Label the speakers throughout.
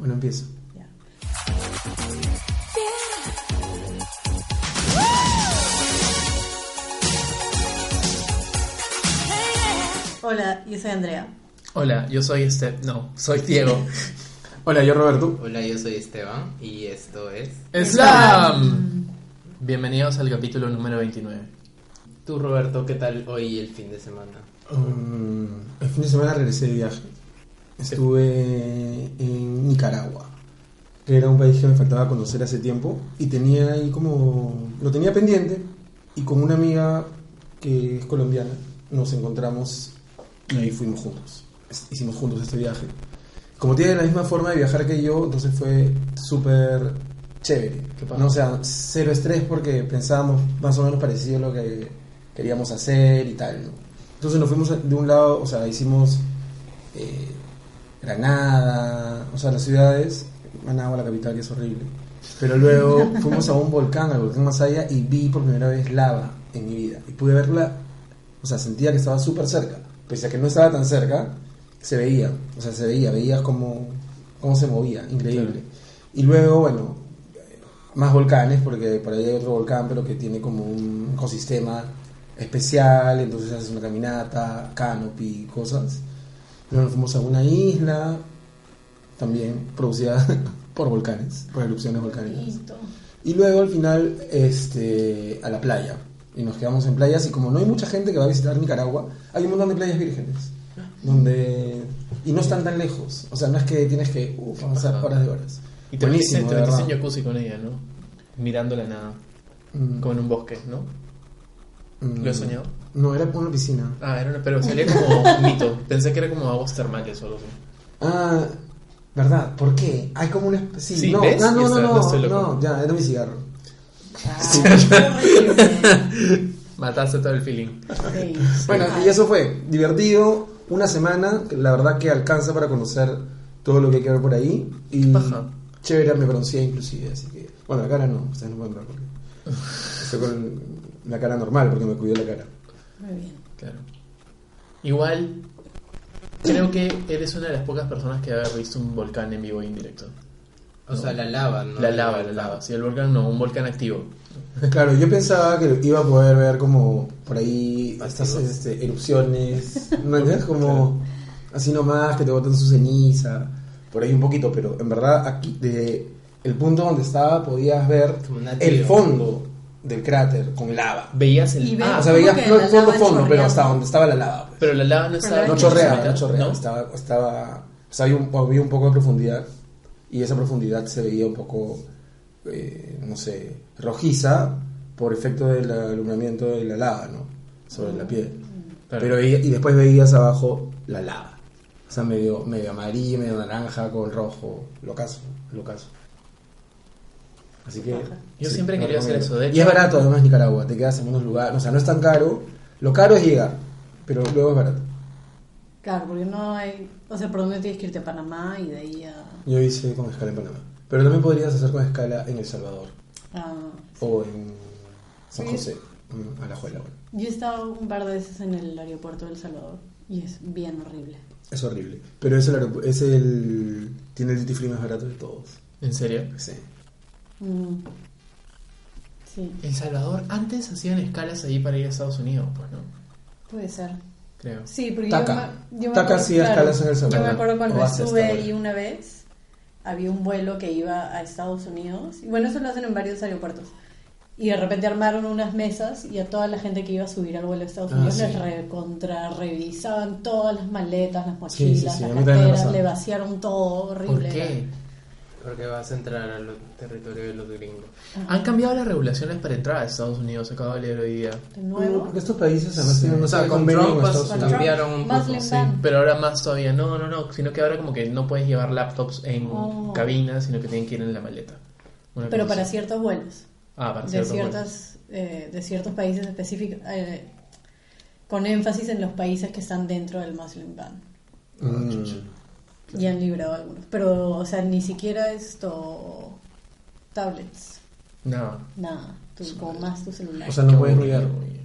Speaker 1: Bueno, empiezo.
Speaker 2: Ya. Hola, yo soy Andrea.
Speaker 1: Hola, yo soy este. No, soy Diego. Hola, yo Roberto.
Speaker 3: Hola, yo soy Esteban y esto es.
Speaker 1: ¡Slam! Bienvenidos al capítulo número 29.
Speaker 3: Tú, Roberto, ¿qué tal hoy el fin de semana?
Speaker 1: Um, el fin de semana regresé de viaje. Estuve en Nicaragua, que era un país que me faltaba conocer hace tiempo y tenía ahí como. Lo tenía pendiente y con una amiga que es colombiana nos encontramos y ahí fuimos juntos. Es- Hicimos juntos este viaje. Como tiene la misma forma de viajar que yo, entonces fue súper chévere. No, o sea, cero estrés porque pensábamos más o menos parecido a lo que queríamos hacer y tal. ¿no? Entonces nos fuimos de un lado, o sea, hicimos eh, Granada, o sea, las ciudades, Managua, la capital, que es horrible. Pero luego fuimos a un volcán, al volcán Masaya, y vi por primera vez lava en mi vida. Y pude verla, o sea, sentía que estaba súper cerca. Pese a que no estaba tan cerca, se veía, o sea, se veía, veías cómo, cómo se movía, increíble. Y luego, bueno, más volcanes, porque por ahí hay otro volcán, pero que tiene como un ecosistema especial, entonces haces una caminata, canopy, cosas. Luego nos fuimos a una isla, también producida por volcanes, por erupciones volcánicas.
Speaker 2: Listo.
Speaker 1: Y luego al final este, a la playa. Y nos quedamos en playas y como no hay mucha gente que va a visitar Nicaragua, hay un montón de playas vírgenes. Donde... Y no están tan lejos. O sea, no es que tienes que uf, avanzar horas de horas.
Speaker 4: Y te metiste
Speaker 1: Buenísimo,
Speaker 4: te
Speaker 1: de
Speaker 4: metiste
Speaker 1: verdad.
Speaker 4: en jacuzzi con ella, ¿no? Mirándola nada,
Speaker 1: Mm,
Speaker 4: como en un bosque, ¿no?
Speaker 1: mm.
Speaker 4: ¿Lo he soñado?
Speaker 1: No, era una piscina.
Speaker 4: Ah, era una, pero salía como mito. Pensé que era como aguas termales o algo así.
Speaker 1: Ah, ¿verdad? ¿Por qué? Hay como una especie...
Speaker 4: Sí,
Speaker 1: no,
Speaker 4: ¿ves?
Speaker 1: no, no,
Speaker 4: Ya está,
Speaker 1: no,
Speaker 4: no estoy
Speaker 1: no,
Speaker 4: loco.
Speaker 1: no, ya, era mi cigarro.
Speaker 2: Ah, horrible.
Speaker 4: Mataste todo el feeling.
Speaker 2: Sí.
Speaker 1: Bueno, y eso fue divertido, una semana, que la verdad que alcanza para conocer todo lo que hay que ver por ahí. Y
Speaker 4: paja.
Speaker 1: chévere, me pronuncié inclusive, así que... Bueno, la cara no, ustedes no pueden ver porque... Estoy con la cara normal porque me cuidó la cara.
Speaker 2: Muy bien.
Speaker 4: Claro. Igual, creo que eres una de las pocas personas que ha visto un volcán en vivo e indirecto.
Speaker 3: O sea, la lava, ¿no?
Speaker 4: La lava, la lava. Sí, el volcán no, un volcán activo.
Speaker 1: Pues Claro, yo pensaba que iba a poder ver como por ahí estas
Speaker 3: Activos.
Speaker 1: este, erupciones, ¿no entiendes? Como así nomás que te botan su ceniza, por ahí un poquito, pero en verdad aquí de el punto donde estaba podías ver
Speaker 3: Como una
Speaker 1: el
Speaker 3: tira.
Speaker 1: fondo del cráter con lava.
Speaker 4: Veías el...
Speaker 2: Y ve-
Speaker 4: Ah,
Speaker 1: o sea,
Speaker 2: ¿cómo
Speaker 1: veías
Speaker 2: que
Speaker 1: no
Speaker 2: la
Speaker 1: el fondo
Speaker 2: lava
Speaker 1: fondo, pero
Speaker 2: chorreando?
Speaker 1: hasta donde estaba la lava. pues.
Speaker 4: pero la lava no estaba...
Speaker 1: No
Speaker 2: Ay,
Speaker 1: chorreaba,
Speaker 4: ¿no?
Speaker 1: no chorreaba,
Speaker 4: ¿No?
Speaker 1: estaba, estaba, o sea, había un, había un poco de profundidad y esa profundidad se veía un poco, eh, no sé, rojiza por efecto del alumbramiento de la lava, ¿no? Sobre la piel.
Speaker 4: Claro.
Speaker 1: Pero veía- y después veías abajo la lava, o sea, medio, medio amarillo, medio naranja con rojo, lo caso, lo caso. Así que
Speaker 4: Yo siempre
Speaker 1: lo
Speaker 4: quería hacer
Speaker 1: recomiendo.
Speaker 4: eso, de hecho-
Speaker 1: y es barato además Nicaragua, te quedas en unos lugares, o sea, no es tan caro. Lo caro es llegar, pero luego es barato.
Speaker 2: Claro, porque no hay. O sea, ¿por dónde tienes que irte a Panamá y de ahí a.
Speaker 1: Yo hice con escala en Panamá. Pero también podrías hacer con escala en El Salvador
Speaker 2: a-
Speaker 1: o en San
Speaker 2: Sí.
Speaker 1: José, mm, Alajuela. bueno.
Speaker 2: Yo he estado un par de veces en el aeropuerto del Salvador y es bien horrible.
Speaker 1: Es horrible. Pero es el, aeropu- es el. Tiene el duty free más barato de todos.
Speaker 4: ¿En serio?
Speaker 1: Sí.
Speaker 2: Mm. Sí,
Speaker 4: El Salvador, antes hacían escalas ahí para ir a Estados Unidos, pues no,
Speaker 2: puede ser.
Speaker 4: creo.
Speaker 2: Sí, porque
Speaker 1: Taca.
Speaker 2: yo me, yo me
Speaker 1: Taca sí escalas en El Salvador.
Speaker 2: Yo me acuerdo cuando
Speaker 1: O hacia
Speaker 2: estuve
Speaker 1: Salvador.
Speaker 2: ahí una vez, había un vuelo que iba a Estados Unidos. Y bueno, eso lo hacen en varios aeropuertos. Y de repente armaron unas mesas y a toda la gente que iba a subir al vuelo a Estados
Speaker 1: Ah,
Speaker 2: Unidos
Speaker 1: sí.
Speaker 2: les recontra revisaban todas las maletas, las
Speaker 1: Sí, sí,
Speaker 2: mochilas,
Speaker 1: sí, a mí
Speaker 2: las
Speaker 1: también me
Speaker 2: carteras,
Speaker 1: pasó.
Speaker 2: le vaciaron todo, horrible.
Speaker 4: ¿Por qué?
Speaker 3: Porque vas a entrar al territorio de los gringos.
Speaker 2: Ah.
Speaker 4: Han cambiado las regulaciones para entrar a Estados Unidos, acabo de leer hoy día.
Speaker 2: De
Speaker 1: No,
Speaker 2: nuevo.
Speaker 1: porque estos países además tienen
Speaker 3: O sea,
Speaker 1: un
Speaker 3: con
Speaker 1: convenio
Speaker 3: Trump
Speaker 1: con
Speaker 3: vas-
Speaker 1: Estados
Speaker 2: Con
Speaker 1: Unidos.
Speaker 2: Trump,
Speaker 3: cambiaron un
Speaker 2: más
Speaker 3: poco,
Speaker 2: le
Speaker 3: sí.
Speaker 2: van.
Speaker 4: Pero ahora más todavía, no, no, no, sino que ahora como que no puedes llevar laptops en
Speaker 2: Oh.
Speaker 4: cabina, sino que tienen que ir en la maleta. Una
Speaker 2: Pero
Speaker 4: cosa
Speaker 2: para
Speaker 4: así.
Speaker 2: ciertos vuelos.
Speaker 4: Ah, para
Speaker 2: de
Speaker 4: cierto, bueno.
Speaker 2: ciertas eh, de ciertos países específicos eh, con énfasis en los países que están dentro del Muslim ban
Speaker 1: Mm.
Speaker 2: y han librado algunos pero o sea ni siquiera esto tablets
Speaker 4: No.
Speaker 2: nada tú, como más tu celular
Speaker 1: O sea, no
Speaker 4: Qué
Speaker 1: puedes
Speaker 4: aburrido,
Speaker 1: ruidear.
Speaker 4: oye.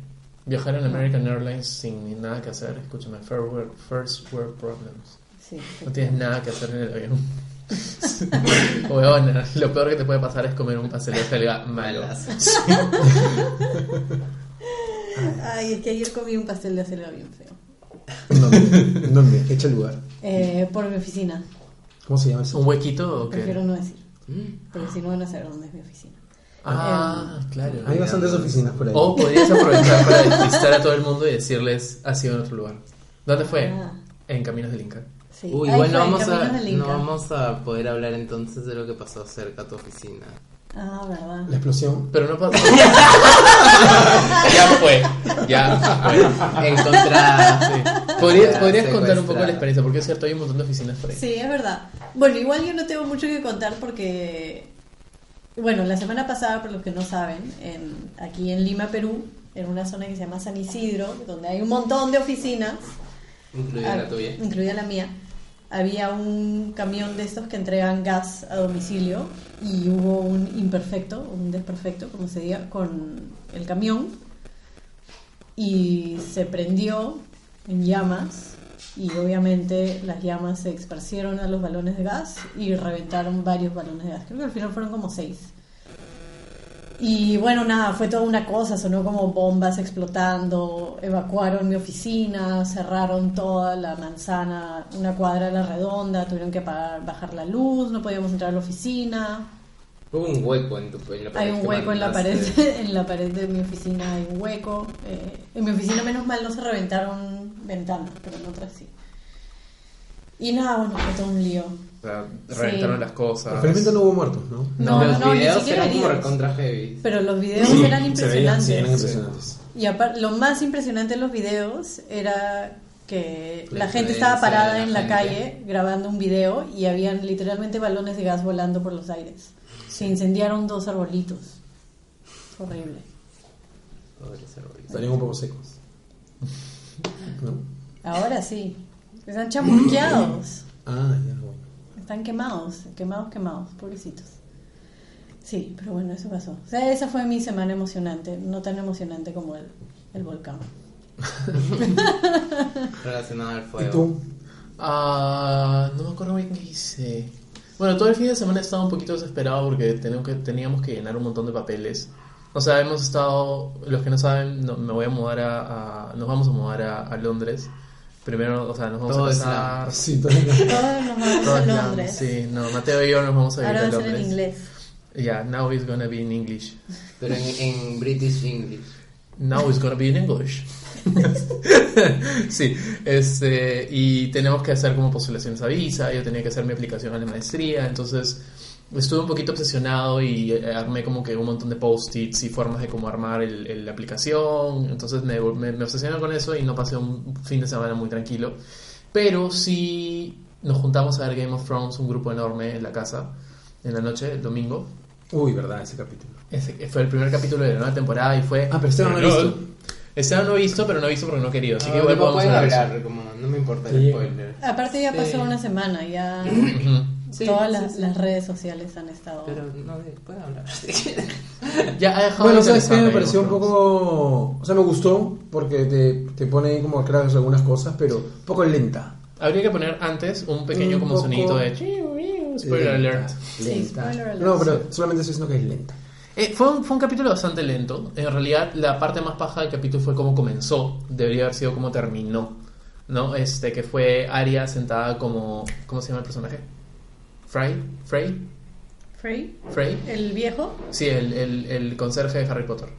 Speaker 4: Viajar en American Airlines sin ni nada que hacer, escúchame, first world, first world problems.
Speaker 2: Sí,
Speaker 4: No tienes nada que hacer en el avión. Huevona, lo peor que te puede pasar es comer un pastel de felga malo.
Speaker 3: Malas. ah.
Speaker 2: ay es que ayer comí un pastel de acelga bien feo
Speaker 1: ¿Dónde? ¿Dónde? Echa el lugar.
Speaker 2: Eh, por mi oficina
Speaker 1: ¿Cómo se llama eso?
Speaker 4: ¿Un huequito o qué?
Speaker 2: prefiero no decir
Speaker 3: Mm.
Speaker 2: porque si no van a saber dónde es mi oficina
Speaker 4: Ah, claro.
Speaker 1: Hay bastantes oficinas por ahí.
Speaker 4: O podrías aprovechar para despistar a todo el mundo y decirles, ha sido en otro lugar. ¿Dónde fue?
Speaker 2: Ah.
Speaker 4: En Caminos del Inca.
Speaker 2: sí.
Speaker 3: Eh. Uy,
Speaker 2: Ay,
Speaker 3: igual no
Speaker 2: fue en
Speaker 3: vamos, a,
Speaker 2: Caminos del Inca.
Speaker 3: no vamos a poder hablar entonces de lo que pasó cerca a tu oficina.
Speaker 2: ah
Speaker 1: La
Speaker 2: verdad
Speaker 1: explosión.
Speaker 4: Pero no pasó. ya fue. Ya fue.
Speaker 3: Encontrada.
Speaker 4: ¿Podrías,
Speaker 3: Ya,
Speaker 4: podrías contar un poco
Speaker 3: secuestrada.
Speaker 4: la experiencia, porque es cierto, hay un montón de oficinas por ahí.
Speaker 2: Sí, es verdad. Bueno, igual yo no tengo mucho que contar porque, bueno, la semana pasada, por los que no saben, en- aquí en Lima, Perú, en una zona que se llama San Isidro, donde hay un montón de oficinas,
Speaker 3: Incluida
Speaker 2: ah,
Speaker 3: la tuya.
Speaker 2: incluida la mía, había un camión de estos que entregan gas a domicilio y hubo un imperfecto, un desperfecto, como se diga, con el camión y se prendió en llamas y obviamente las llamas se esparcieron a los balones de gas y reventaron varios balones de gas. Creo que al final fueron como seis. Y bueno, nada, fue toda una cosa, sonó como bombas explotando, evacuaron mi oficina, cerraron toda la manzana, una cuadra a la redonda, tuvieron que apagar- bajar la luz, no podíamos entrar a la oficina.
Speaker 3: Hubo un hueco en, tu, en la pared.
Speaker 2: Hay un
Speaker 3: que
Speaker 2: hueco en la pared,
Speaker 3: mandaste.
Speaker 2: en la pared de mi oficina hay un hueco. eh, en mi oficina menos mal no se reventaron ventanas, pero en otras sí. Y nada, bueno, fue todo un lío.
Speaker 4: O sea,
Speaker 2: Sí.
Speaker 4: reventaron las cosas.
Speaker 1: Felizmente no hubo muertos, ¿no?
Speaker 2: No,
Speaker 3: los
Speaker 2: no, no, ni
Speaker 3: videos
Speaker 2: siquiera
Speaker 3: eran como
Speaker 2: videos.
Speaker 3: recontra heavy.
Speaker 2: Pero los videos eran
Speaker 1: Se veían,
Speaker 2: impresionantes.
Speaker 1: sí, eran impresionantes.
Speaker 2: Y aparte, lo más impresionante de los videos era que
Speaker 3: La
Speaker 2: la, gente estaba
Speaker 3: influencia
Speaker 2: parada
Speaker 3: de la
Speaker 2: en la
Speaker 3: gente.
Speaker 2: calle grabando un video y habían literalmente balones de gas volando por los aires. Se incendiaron dos arbolitos. Horrible.
Speaker 3: Pobre Cerberus.
Speaker 1: Estarían un poco secos. ¿No?
Speaker 2: Ahora sí. Están chamusqueados.
Speaker 1: Ah, ya, bueno.
Speaker 2: Están quemados, quemados, quemados, pobrecitos. Sí, pero bueno, eso pasó. O sea, esa fue mi semana emocionante, no tan emocionante como el, el volcán.
Speaker 3: Relacionado al
Speaker 1: ¿Y
Speaker 3: fuego.
Speaker 1: tú?
Speaker 4: Ah, no me acuerdo bien qué hice. Bueno, todo el fin de semana he estado un poquito desesperado porque tenemos que, teníamos que llenar un montón de papeles. O sea, hemos estado, los que no saben, no- me voy a mudar a, a- nos vamos a mudar a, a Londres. Primero, o sea, nos vamos
Speaker 3: Todo
Speaker 4: a
Speaker 3: es
Speaker 4: casar.
Speaker 1: ah, Sí, todavía.
Speaker 2: Todos nos vamos
Speaker 4: Todo
Speaker 2: a
Speaker 4: es la-
Speaker 2: Londres.
Speaker 4: Sí, no, Mateo y yo nos vamos a ir
Speaker 2: Ahora va
Speaker 4: a
Speaker 2: a ser en
Speaker 4: Londres.
Speaker 2: inglés.
Speaker 4: Yeah, now it's gonna be in English.
Speaker 3: Pero en, en British English.
Speaker 4: Now it's gonna be in English. sí, este, y tenemos que hacer como postulaciones a visa, yo tenía que hacer mi aplicación a la maestría, entonces estuve un poquito obsesionado y eh, armé como que un montón de post-its y formas de cómo armar el- el- la aplicación, entonces me, vol- me, me obsesioné con eso y no pasé un fin de semana muy tranquilo, pero sí nos juntamos a ver Game of Thrones, un grupo enorme en la casa, en la noche, el domingo.
Speaker 1: Uy, verdad, ese capítulo.
Speaker 4: Ese fue el primer capítulo de la nueva temporada y fue.
Speaker 1: Ah, pero Esteban no lo ha
Speaker 4: Pero-
Speaker 1: visto.
Speaker 4: Esteban no he visto, pero no he visto porque no he querido. Así que
Speaker 3: Ah,
Speaker 4: igual
Speaker 3: no
Speaker 4: podemos
Speaker 3: pueden
Speaker 4: hablar de
Speaker 3: hablar, como no me importa el
Speaker 1: Sí.
Speaker 3: spoiler.
Speaker 2: Aparte ya pasó
Speaker 3: Sí.
Speaker 2: una semana, ya
Speaker 4: eso. Ujú.
Speaker 3: Sí,
Speaker 2: todas
Speaker 3: sí,
Speaker 2: las,
Speaker 3: sí.
Speaker 2: las redes sociales han estado...
Speaker 3: Pero no de- pueden hablar.
Speaker 4: Ya ha dejado
Speaker 1: Bueno,
Speaker 4: de ser
Speaker 1: sabes que me
Speaker 4: Esteban,
Speaker 1: pareció un
Speaker 4: digamos,
Speaker 1: poco. O sea, me gustó porque te, te pone ahí como claras algunas cosas, pero un poco lenta.
Speaker 4: ¿no? Habría que poner antes un pequeño
Speaker 1: Un
Speaker 4: como
Speaker 1: poco ah.
Speaker 4: sonidito de. chiu, chiu, Spoiler
Speaker 1: Eh, Lenta,
Speaker 4: alert.
Speaker 1: Lenta.
Speaker 2: spoiler alert.
Speaker 1: No, pero solamente estoy diciendo que es lenta.
Speaker 4: Eh, fue, un, fue un capítulo bastante lento. En realidad, la parte más paja del capítulo fue cómo comenzó. Debería haber sido cómo terminó. ¿No? Este, que fue Arya sentada como. ¿Cómo se llama el personaje? Frey? Frey?
Speaker 2: Frey,
Speaker 4: Frey?
Speaker 2: el viejo,
Speaker 4: Sí, el, el, el conserje de Harry Potter.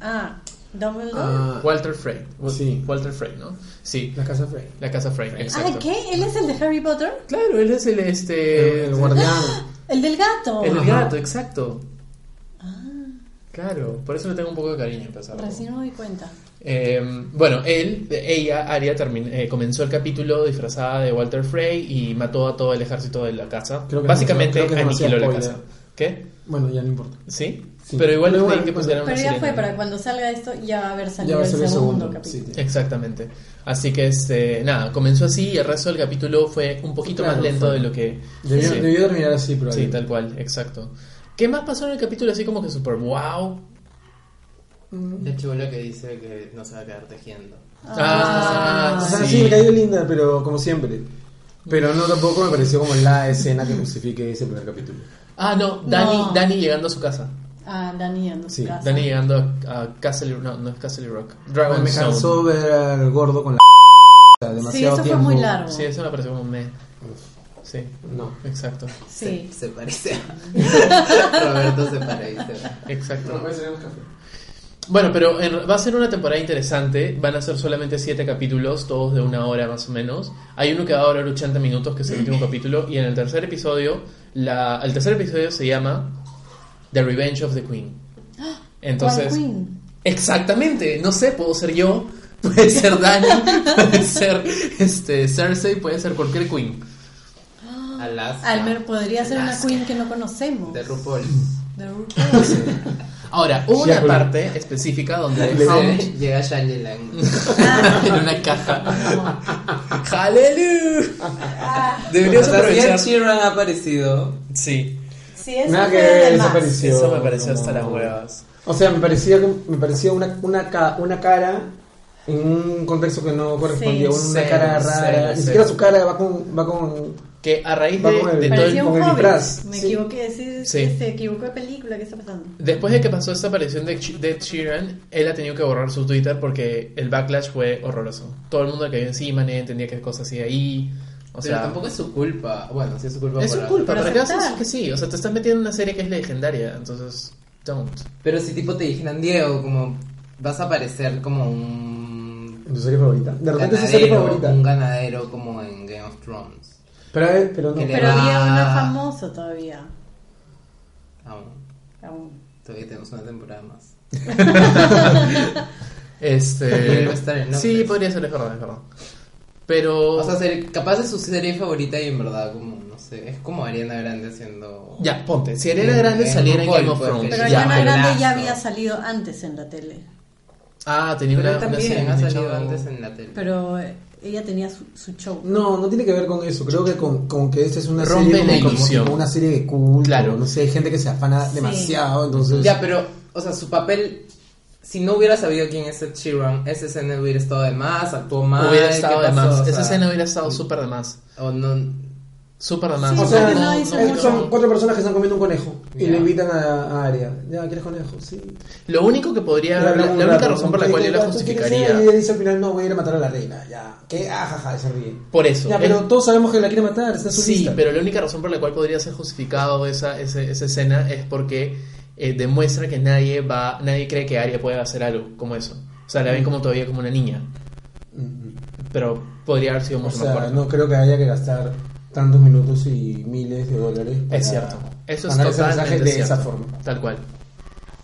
Speaker 2: ah, Dumbledore.
Speaker 1: Ah,
Speaker 4: Walter Frey. Wa-
Speaker 1: Sí.
Speaker 4: Walter Frey, ¿no? Sí,
Speaker 1: la casa
Speaker 4: Eh,
Speaker 1: Frey.
Speaker 4: la casa Frey,
Speaker 2: ah,
Speaker 4: exacto.
Speaker 2: ¿qué? ¿Él es el de Harry Potter?
Speaker 4: Claro, él es el
Speaker 1: El,
Speaker 4: este
Speaker 1: el guardián.
Speaker 2: El del gato.
Speaker 4: El
Speaker 1: Ajá.
Speaker 4: gato, exacto.
Speaker 2: Ah,
Speaker 4: Claro, por eso le tengo un poco de cariño a pesar de todo.
Speaker 2: recién me doy cuenta.
Speaker 4: Eh, bueno, él, ella, Aria, termin- eh, comenzó el capítulo disfrazada de Walter Frey y mató a todo el ejército de la casa.
Speaker 1: Creo que es
Speaker 4: Básicamente
Speaker 1: demasiado- creo que es
Speaker 4: aniquiló la
Speaker 1: demasiado
Speaker 4: casa. ¿Qué?
Speaker 1: Bueno, ya no importa.
Speaker 4: ¿Sí?
Speaker 1: Sí.
Speaker 4: Pero igual
Speaker 1: Pero
Speaker 4: tienen
Speaker 1: igual,
Speaker 4: que
Speaker 1: pues,
Speaker 4: pusieran una
Speaker 2: Pero ya fue,
Speaker 4: sirena.
Speaker 2: para cuando salga esto ya va a haber
Speaker 1: Ya
Speaker 2: salido
Speaker 1: va a
Speaker 2: el
Speaker 1: ser el
Speaker 2: segundo,
Speaker 1: segundo.
Speaker 2: capítulo.
Speaker 1: sí.
Speaker 4: Exactamente. Así que, este, nada, comenzó así y el resto del capítulo fue un poquito
Speaker 1: Claro,
Speaker 4: más lento
Speaker 1: fue.
Speaker 4: de lo que...
Speaker 1: Debió,
Speaker 4: sí.
Speaker 1: debió terminar así, pero
Speaker 4: Sí, tal cual, exacto. ¿Qué más pasó en el capítulo así como que super wow?
Speaker 3: La chibola que dice que no se va a quedar tejiendo.
Speaker 4: Ah,
Speaker 1: O sea, sí.
Speaker 4: sí.
Speaker 1: me cayó linda, pero como siempre. Pero no tampoco me pareció como la escena que justifique ese primer capítulo.
Speaker 4: Ah, no, Dani,
Speaker 2: No.
Speaker 4: Dani llegando a su casa.
Speaker 2: Ah, Dani en
Speaker 1: Sí,
Speaker 2: su casa.
Speaker 4: Dani llegando a, a Castle no, no es Castle Rock.
Speaker 1: Me
Speaker 4: Dragon Stone.
Speaker 1: cansó ver al gordo con la demasiado
Speaker 2: Sí, eso fue
Speaker 1: tiempo.
Speaker 2: muy largo.
Speaker 4: Sí, eso me pareció como me. Sí,
Speaker 1: No.
Speaker 4: exacto.
Speaker 2: Sí.
Speaker 3: Se, se parece a... Roberto se parece.
Speaker 4: Exacto.
Speaker 1: café.
Speaker 4: Bueno, pero en- va a ser una temporada interesante. Van a ser solamente siete capítulos, todos de una hora más o menos. Hay uno que va a durar 80 minutos, que es el último capítulo. Y en el tercer episodio, la, el tercer episodio se llama The Revenge of the Queen. Entonces,
Speaker 2: ¿Cuál Queen?
Speaker 4: Exactamente, no sé, puedo ser yo, puede ser Dani, puede ser este, Cersei, puede ser cualquier queen.
Speaker 3: Alaska.
Speaker 2: Almer Ah, podría ser una
Speaker 4: Alaska.
Speaker 2: queen que no conocemos.
Speaker 3: De RuPaul.
Speaker 2: De RuPaul.
Speaker 4: Ahora, hubo
Speaker 1: Sí,
Speaker 4: una
Speaker 1: acuerdo.
Speaker 4: parte específica donde
Speaker 1: Le-
Speaker 4: Hound
Speaker 3: Llega Shandy Lang.
Speaker 4: en una caja. ¡Hallelujah! Deberías aprovechar.
Speaker 3: Sheeran ha aparecido.
Speaker 4: Sí,
Speaker 2: Sí, eso
Speaker 1: Nada
Speaker 2: fue
Speaker 1: que
Speaker 2: de más.
Speaker 1: desapareció.
Speaker 4: eso me pareció hasta
Speaker 1: No.
Speaker 4: las huevas.
Speaker 1: O sea, me parecía, me parecía una, una, ca- una cara en un contexto que no correspondía.
Speaker 2: Sí,
Speaker 1: una
Speaker 4: sí,
Speaker 1: cara
Speaker 4: sí,
Speaker 1: rara.
Speaker 4: sí.
Speaker 1: Ni siquiera su cara va con. Va con
Speaker 4: Que a raíz
Speaker 1: Va
Speaker 4: de,
Speaker 1: con el-
Speaker 4: de todo el
Speaker 2: Parecía
Speaker 1: con
Speaker 2: un
Speaker 1: el
Speaker 2: hobbit.
Speaker 1: disfraz,
Speaker 2: Me
Speaker 1: sí.
Speaker 2: equivoqué, sí,
Speaker 4: Sí.
Speaker 2: sí, se equivocó de película, ¿qué está pasando?
Speaker 4: Después de que pasó esta aparición de Ch- de Ed Sheeran, él ha tenido que borrar su Twitter porque el backlash fue horroroso. Todo el mundo le cayó encima, nadie entendía qué cosas hacía ahí. O
Speaker 3: O
Speaker 4: sea,
Speaker 3: sea, tampoco es su culpa. Bueno, sí es su culpa.
Speaker 4: es
Speaker 3: por
Speaker 4: su
Speaker 3: algo.
Speaker 4: culpa,
Speaker 2: Pero
Speaker 4: ¿para qué
Speaker 2: aceptar.
Speaker 4: haces que sí? O sea, te estás metiendo en una serie que es legendaria, entonces, don't.
Speaker 3: Pero si tipo te dijeran, Diego, como vas a aparecer como un
Speaker 1: tu serie favorita. De repente es su serie
Speaker 3: ganadero,
Speaker 1: favorita.
Speaker 3: un ganadero como en Game of Thrones.
Speaker 1: Pero, eh, pero no.
Speaker 3: Que le-
Speaker 2: Pero
Speaker 3: va.
Speaker 2: había una famosa todavía.
Speaker 3: Aún,
Speaker 2: Aún.
Speaker 3: todavía tenemos una temporada más.
Speaker 4: Este.
Speaker 3: Podría estar en
Speaker 4: sí,
Speaker 3: Netflix.
Speaker 4: podría ser, es verdad, es verdad. Pero.
Speaker 3: O sea, ser- capaz es su serie favorita y en verdad como, no sé, es como Ariana Grande haciendo...
Speaker 4: ya, ponte. Si Ariana
Speaker 3: En-
Speaker 4: Grande
Speaker 3: en
Speaker 4: saliera en
Speaker 3: RuPaul,
Speaker 4: Game of
Speaker 3: pues,
Speaker 4: Thrones.
Speaker 2: Pero
Speaker 3: Ya,
Speaker 2: Ariana
Speaker 3: pero-
Speaker 2: Grande ya
Speaker 3: Lazo.
Speaker 2: había salido antes en la tele.
Speaker 4: Ah, tenía una,
Speaker 3: Pero él
Speaker 4: una
Speaker 3: también
Speaker 4: serie
Speaker 3: ha
Speaker 4: de
Speaker 3: salido
Speaker 4: chavo.
Speaker 3: antes en la tele.
Speaker 2: Pero eh, ella tenía su, su show.
Speaker 1: No, no tiene que ver con eso. Creo que con, con que esta es una
Speaker 4: Rompe
Speaker 1: serie
Speaker 4: la
Speaker 1: como- como,
Speaker 4: ilusión.
Speaker 1: como una serie de culto.
Speaker 4: Claro.
Speaker 1: No sé, hay gente que se afana
Speaker 2: Sí.
Speaker 1: demasiado, entonces.
Speaker 3: Ya, pero, o sea, su papel... Si no hubiera sabido quién es Ed Sheeran, esa escena hubiera estado de más, actuó mal.
Speaker 4: Hubiera
Speaker 3: ¿qué
Speaker 4: estado de
Speaker 3: pasó?
Speaker 4: más.
Speaker 3: O sea,
Speaker 4: Esa escena hubiera estado súper de más.
Speaker 3: O no...
Speaker 4: Súper de más.
Speaker 2: Sí,
Speaker 1: o sea,
Speaker 2: porque no hizo
Speaker 1: eh,
Speaker 2: mucho.
Speaker 1: son cuatro personas que están comiendo un conejo y
Speaker 3: Ya.
Speaker 1: le invitan a, a Aria. Ya, ¿quieres conejo? Sí.
Speaker 4: Lo único que podría.
Speaker 1: Le
Speaker 4: La,
Speaker 1: hablamos un
Speaker 4: única
Speaker 1: rato,
Speaker 4: razón por la
Speaker 1: ¿no?
Speaker 4: cual yo la
Speaker 1: ¿Tú quieres ser?
Speaker 4: justificaría.
Speaker 1: Y ella dice al final, no, voy a ir a matar a la reina. Ya. ¿Qué? Ajaja, se ríe.
Speaker 4: Por eso.
Speaker 1: Ya,
Speaker 4: es-
Speaker 1: pero todos sabemos que la quiere matar. Está en su
Speaker 4: Sí,
Speaker 1: lista.
Speaker 4: pero la única razón por la cual podría ser justificado esa, ese- esa escena es porque eh, demuestra que nadie va, nadie cree que Arya pueda hacer algo como eso. O sea, la ven como todavía como una niña,
Speaker 1: Mm,
Speaker 4: pero podría haber sido
Speaker 1: O
Speaker 4: mucho más
Speaker 1: sea,
Speaker 4: fuerte.
Speaker 1: no creo que haya que gastar tantos minutos y miles de dólares. para
Speaker 4: es cierto. Eso es
Speaker 1: mandar ese
Speaker 4: totalmente
Speaker 1: mensaje de
Speaker 4: cierto.
Speaker 1: esa forma.
Speaker 4: Tal cual.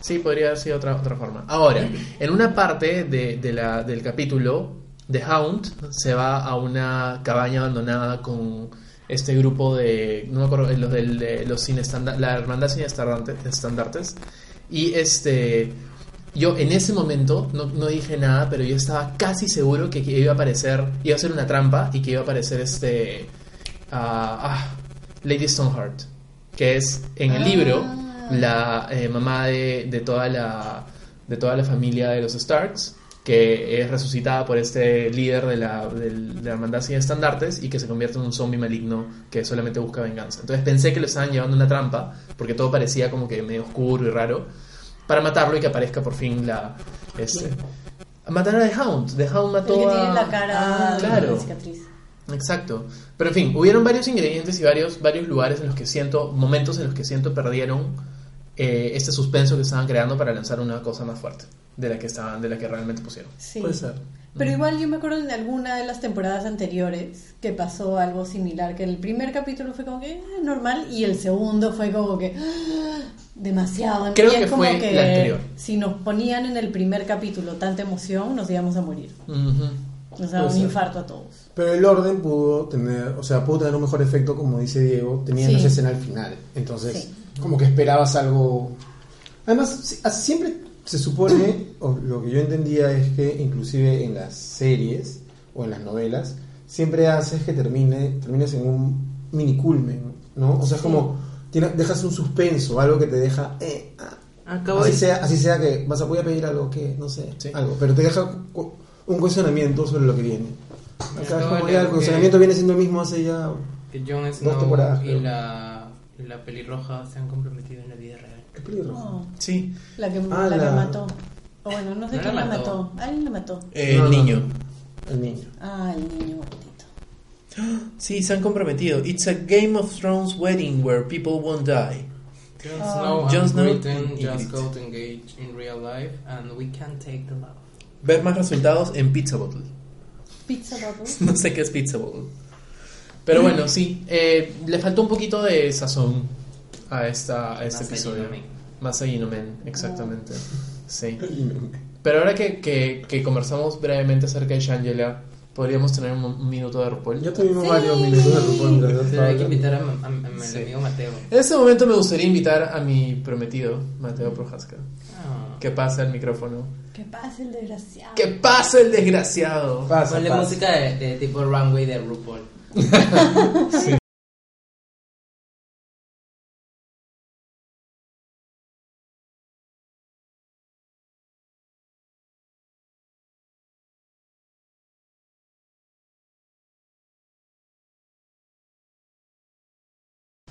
Speaker 4: Sí, podría haber sido otra, otra forma. Ahora, en una parte de, de la- del capítulo, The Hound se va a una cabaña abandonada con este grupo de. No me acuerdo, los del, de los sin estanda- la hermandad sin estandarte- estandartes. Y este. Yo en ese momento no, no dije nada, pero yo estaba casi seguro que, que iba a aparecer. Iba a ser una trampa y que iba a aparecer este. ah, ah, Lady Stoneheart. Que es en el
Speaker 2: Ah.
Speaker 4: libro la eh, mamá de, de toda la de toda la familia de los Starks que es resucitada por este líder de la, del- de la hermandad sin estandartes y que se convierte en un zombie maligno que solamente busca venganza. Entonces pensé que lo estaban llevando a una trampa porque todo parecía como que medio oscuro y raro para matarlo y que aparezca por fin la este matar a The Hound. The Hound
Speaker 2: El
Speaker 4: mató
Speaker 2: que tiene
Speaker 4: a-
Speaker 2: la cara
Speaker 4: Ah,
Speaker 2: de
Speaker 4: claro.
Speaker 2: la cicatriz.
Speaker 4: Exacto. Pero en fin, hubieron varios ingredientes y varios, varios lugares en los que siento, momentos en los que siento perdieron eh, este suspenso que estaban creando para lanzar una cosa más fuerte de la que estaban, de la que realmente pusieron.
Speaker 2: Sí. Pero igual yo me acuerdo en alguna de las temporadas anteriores que pasó algo similar, que el primer capítulo fue como que eh, normal y el segundo fue como que ah, demasiado.
Speaker 4: Creo
Speaker 2: Y es
Speaker 4: que
Speaker 2: como
Speaker 4: fue
Speaker 2: que
Speaker 4: la anterior.
Speaker 2: Si nos ponían en el primer capítulo tanta emoción, nos íbamos a morir.
Speaker 4: Ujú.
Speaker 2: Nos daba
Speaker 1: Puede
Speaker 2: un
Speaker 1: ser.
Speaker 2: infarto a todos.
Speaker 1: Pero el orden pudo tener, o sea, pudo tener un mejor efecto, como dice Diego, teniendo
Speaker 2: Sí.
Speaker 1: esa escena al final. Entonces,
Speaker 2: Sí.
Speaker 1: como que esperabas algo. Además, si- así siempre se supone, o lo que yo entendía es que inclusive en las series o en las novelas, siempre haces que termine, termines en un mini culmen, ¿no? O sea, es como tiene- dejas un suspenso, algo que te deja. eh, ah,
Speaker 3: Acabo
Speaker 1: así
Speaker 3: de...
Speaker 1: sea, así sea que vas a, voy a pedir algo que, no sé,
Speaker 4: Sí.
Speaker 1: algo, pero te deja cu- un cuestionamiento sobre lo que viene. Acá es
Speaker 3: Acabo
Speaker 1: como
Speaker 3: de
Speaker 1: ya
Speaker 3: leer
Speaker 1: el
Speaker 3: que-
Speaker 1: cuestionamiento viene siendo el mismo hace ya.
Speaker 3: Que Jon
Speaker 1: temporadas,
Speaker 3: Snow y
Speaker 1: creo.
Speaker 3: la, y la pelirroja se han comprometido en la vida real.
Speaker 1: ¿Qué peligro?
Speaker 2: No,
Speaker 4: Sí,
Speaker 2: Oh, la que,
Speaker 1: Ah,
Speaker 2: la que
Speaker 1: la-
Speaker 2: mató. O bueno, no sé
Speaker 3: No la
Speaker 2: quién la
Speaker 3: mató.
Speaker 2: mató. Alguien la mató.
Speaker 4: eh,
Speaker 1: No,
Speaker 4: el
Speaker 1: no.
Speaker 4: niño.
Speaker 1: El niño.
Speaker 2: Ah, el niño gordito.
Speaker 4: Sí, se han comprometido. It's a Game of Thrones wedding where people won't die.
Speaker 3: Jon
Speaker 2: Ah.
Speaker 3: Snow
Speaker 4: Jon
Speaker 3: and
Speaker 4: Snow
Speaker 3: Britain
Speaker 4: and
Speaker 3: just
Speaker 4: Ygritte.
Speaker 3: got engaged in real life and we can take the love.
Speaker 4: Ver más resultados en Pizza Bottle.
Speaker 2: Pizza Bubble.
Speaker 4: No sé qué es Pizza Bowl. Pero bueno, sí. eh, le faltó un poquito de sazón a, esta, a este
Speaker 3: Más
Speaker 4: episodio.
Speaker 3: allí,
Speaker 4: Más allí, no men, exactamente. Sí. Pero ahora que, que- que conversamos brevemente acerca de Shangela, podríamos tener un, un minuto de RuPaul.
Speaker 1: Ya tuvimos varios minutos de RuPaul,
Speaker 3: no.
Speaker 1: la verdad,
Speaker 3: Sí,
Speaker 1: para
Speaker 3: hay que
Speaker 1: hablar.
Speaker 3: invitar a, a- a- a mi
Speaker 4: Sí.
Speaker 3: amigo Mateo.
Speaker 4: En este momento me gustaría invitar a mi prometido, Mateo Projaska,
Speaker 3: Ah.
Speaker 4: que pase al micrófono.
Speaker 2: Que pase el desgraciado.
Speaker 4: ¡Que pase el desgraciado!
Speaker 1: Pasa,
Speaker 3: Ponle
Speaker 1: pasa.
Speaker 3: música de, de tipo Runway de RuPaul.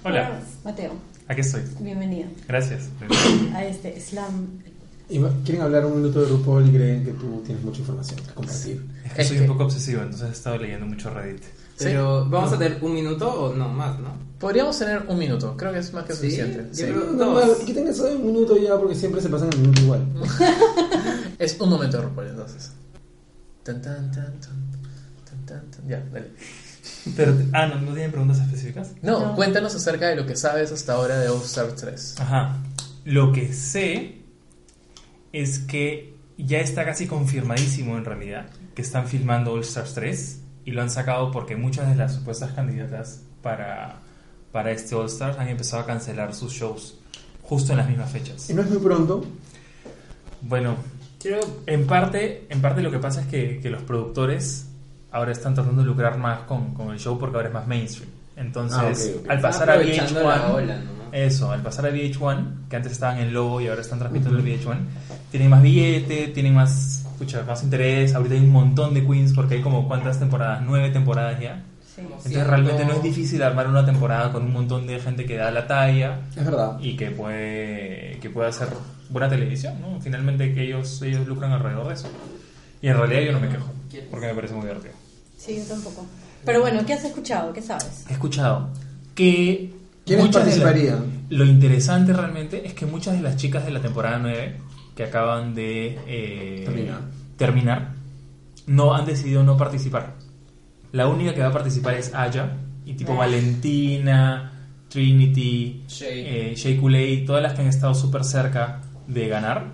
Speaker 5: Hola,
Speaker 2: Mateo,
Speaker 5: aquí estoy.
Speaker 2: bienvenido
Speaker 5: Gracias.
Speaker 2: a este Slam.
Speaker 1: Y va- Quieren hablar un minuto de RuPaul y creen que tú tienes mucha información que compartir.
Speaker 5: Es que soy un poco obsesivo, entonces he estado leyendo mucho Reddit.
Speaker 3: Pero vamos a tener un minuto o no más, ¿no?
Speaker 4: Podríamos tener un minuto, creo que es más que
Speaker 3: Sí,
Speaker 4: suficiente.
Speaker 3: yo
Speaker 4: sí.
Speaker 3: creo-
Speaker 1: No,
Speaker 3: Dos.
Speaker 1: mal, que tengas un minuto ya porque siempre se pasan el minuto igual.
Speaker 4: Es un momento de RuPaul, entonces. Tan, tan, tan, tan, tan, tan, tan. Ya, dale.
Speaker 5: Pero, ah, ¿no, ¿no tienen preguntas específicas?
Speaker 4: No,
Speaker 2: No.
Speaker 4: cuéntanos acerca de lo que sabes hasta ahora de All Star 3.
Speaker 5: Ajá. Lo que sé es que ya está casi confirmadísimo en realidad que están filmando All Stars 3 y lo han sacado porque muchas de las supuestas candidatas para, para este All Stars han empezado a cancelar sus shows justo en las mismas
Speaker 1: Y
Speaker 5: fechas.
Speaker 1: no es muy pronto.
Speaker 5: Bueno,
Speaker 3: Quiero...
Speaker 5: En parte, en parte lo que pasa es que, que los productores ahora están tratando de lucrar más con, con el show porque ahora es más mainstream. Entonces,
Speaker 1: Ah, ok, ok.
Speaker 5: al pasar a
Speaker 3: aprovechando la
Speaker 5: VH1,
Speaker 3: ola, ¿no?
Speaker 5: eso, al pasar a VH1, que antes estaban en Lobo y ahora están transmitiendo en VH1, tienen más billete, tienen más, escucha, más interés. Ahorita hay un montón de queens porque hay como cuántas temporadas, nueve temporadas ya.
Speaker 2: Sí.
Speaker 5: Entonces
Speaker 3: Cierto.
Speaker 5: realmente no es difícil armar una temporada con un montón de gente que da la talla
Speaker 1: Es verdad.
Speaker 5: y que puede que puede hacer buena televisión, ¿no? Finalmente que ellos ellos lucran alrededor de eso. Y en realidad yo no me quejo, porque me parece muy divertido.
Speaker 2: Sí, yo tampoco. Pero bueno, ¿qué has escuchado? ¿Qué sabes?
Speaker 5: He escuchado que
Speaker 1: ¿Quiénes
Speaker 5: muchas de las-
Speaker 1: participarían?
Speaker 5: lo interesante realmente es que muchas de las chicas de la temporada 9 que acaban de eh,
Speaker 1: Terminar.
Speaker 5: terminar, no han decidido no participar. La única que va a participar es Aya y tipo
Speaker 2: Ah.
Speaker 5: Valentina, Trinity,
Speaker 3: Shay.
Speaker 5: eh, Shay Kulei, todas las que han estado súper cerca de ganar,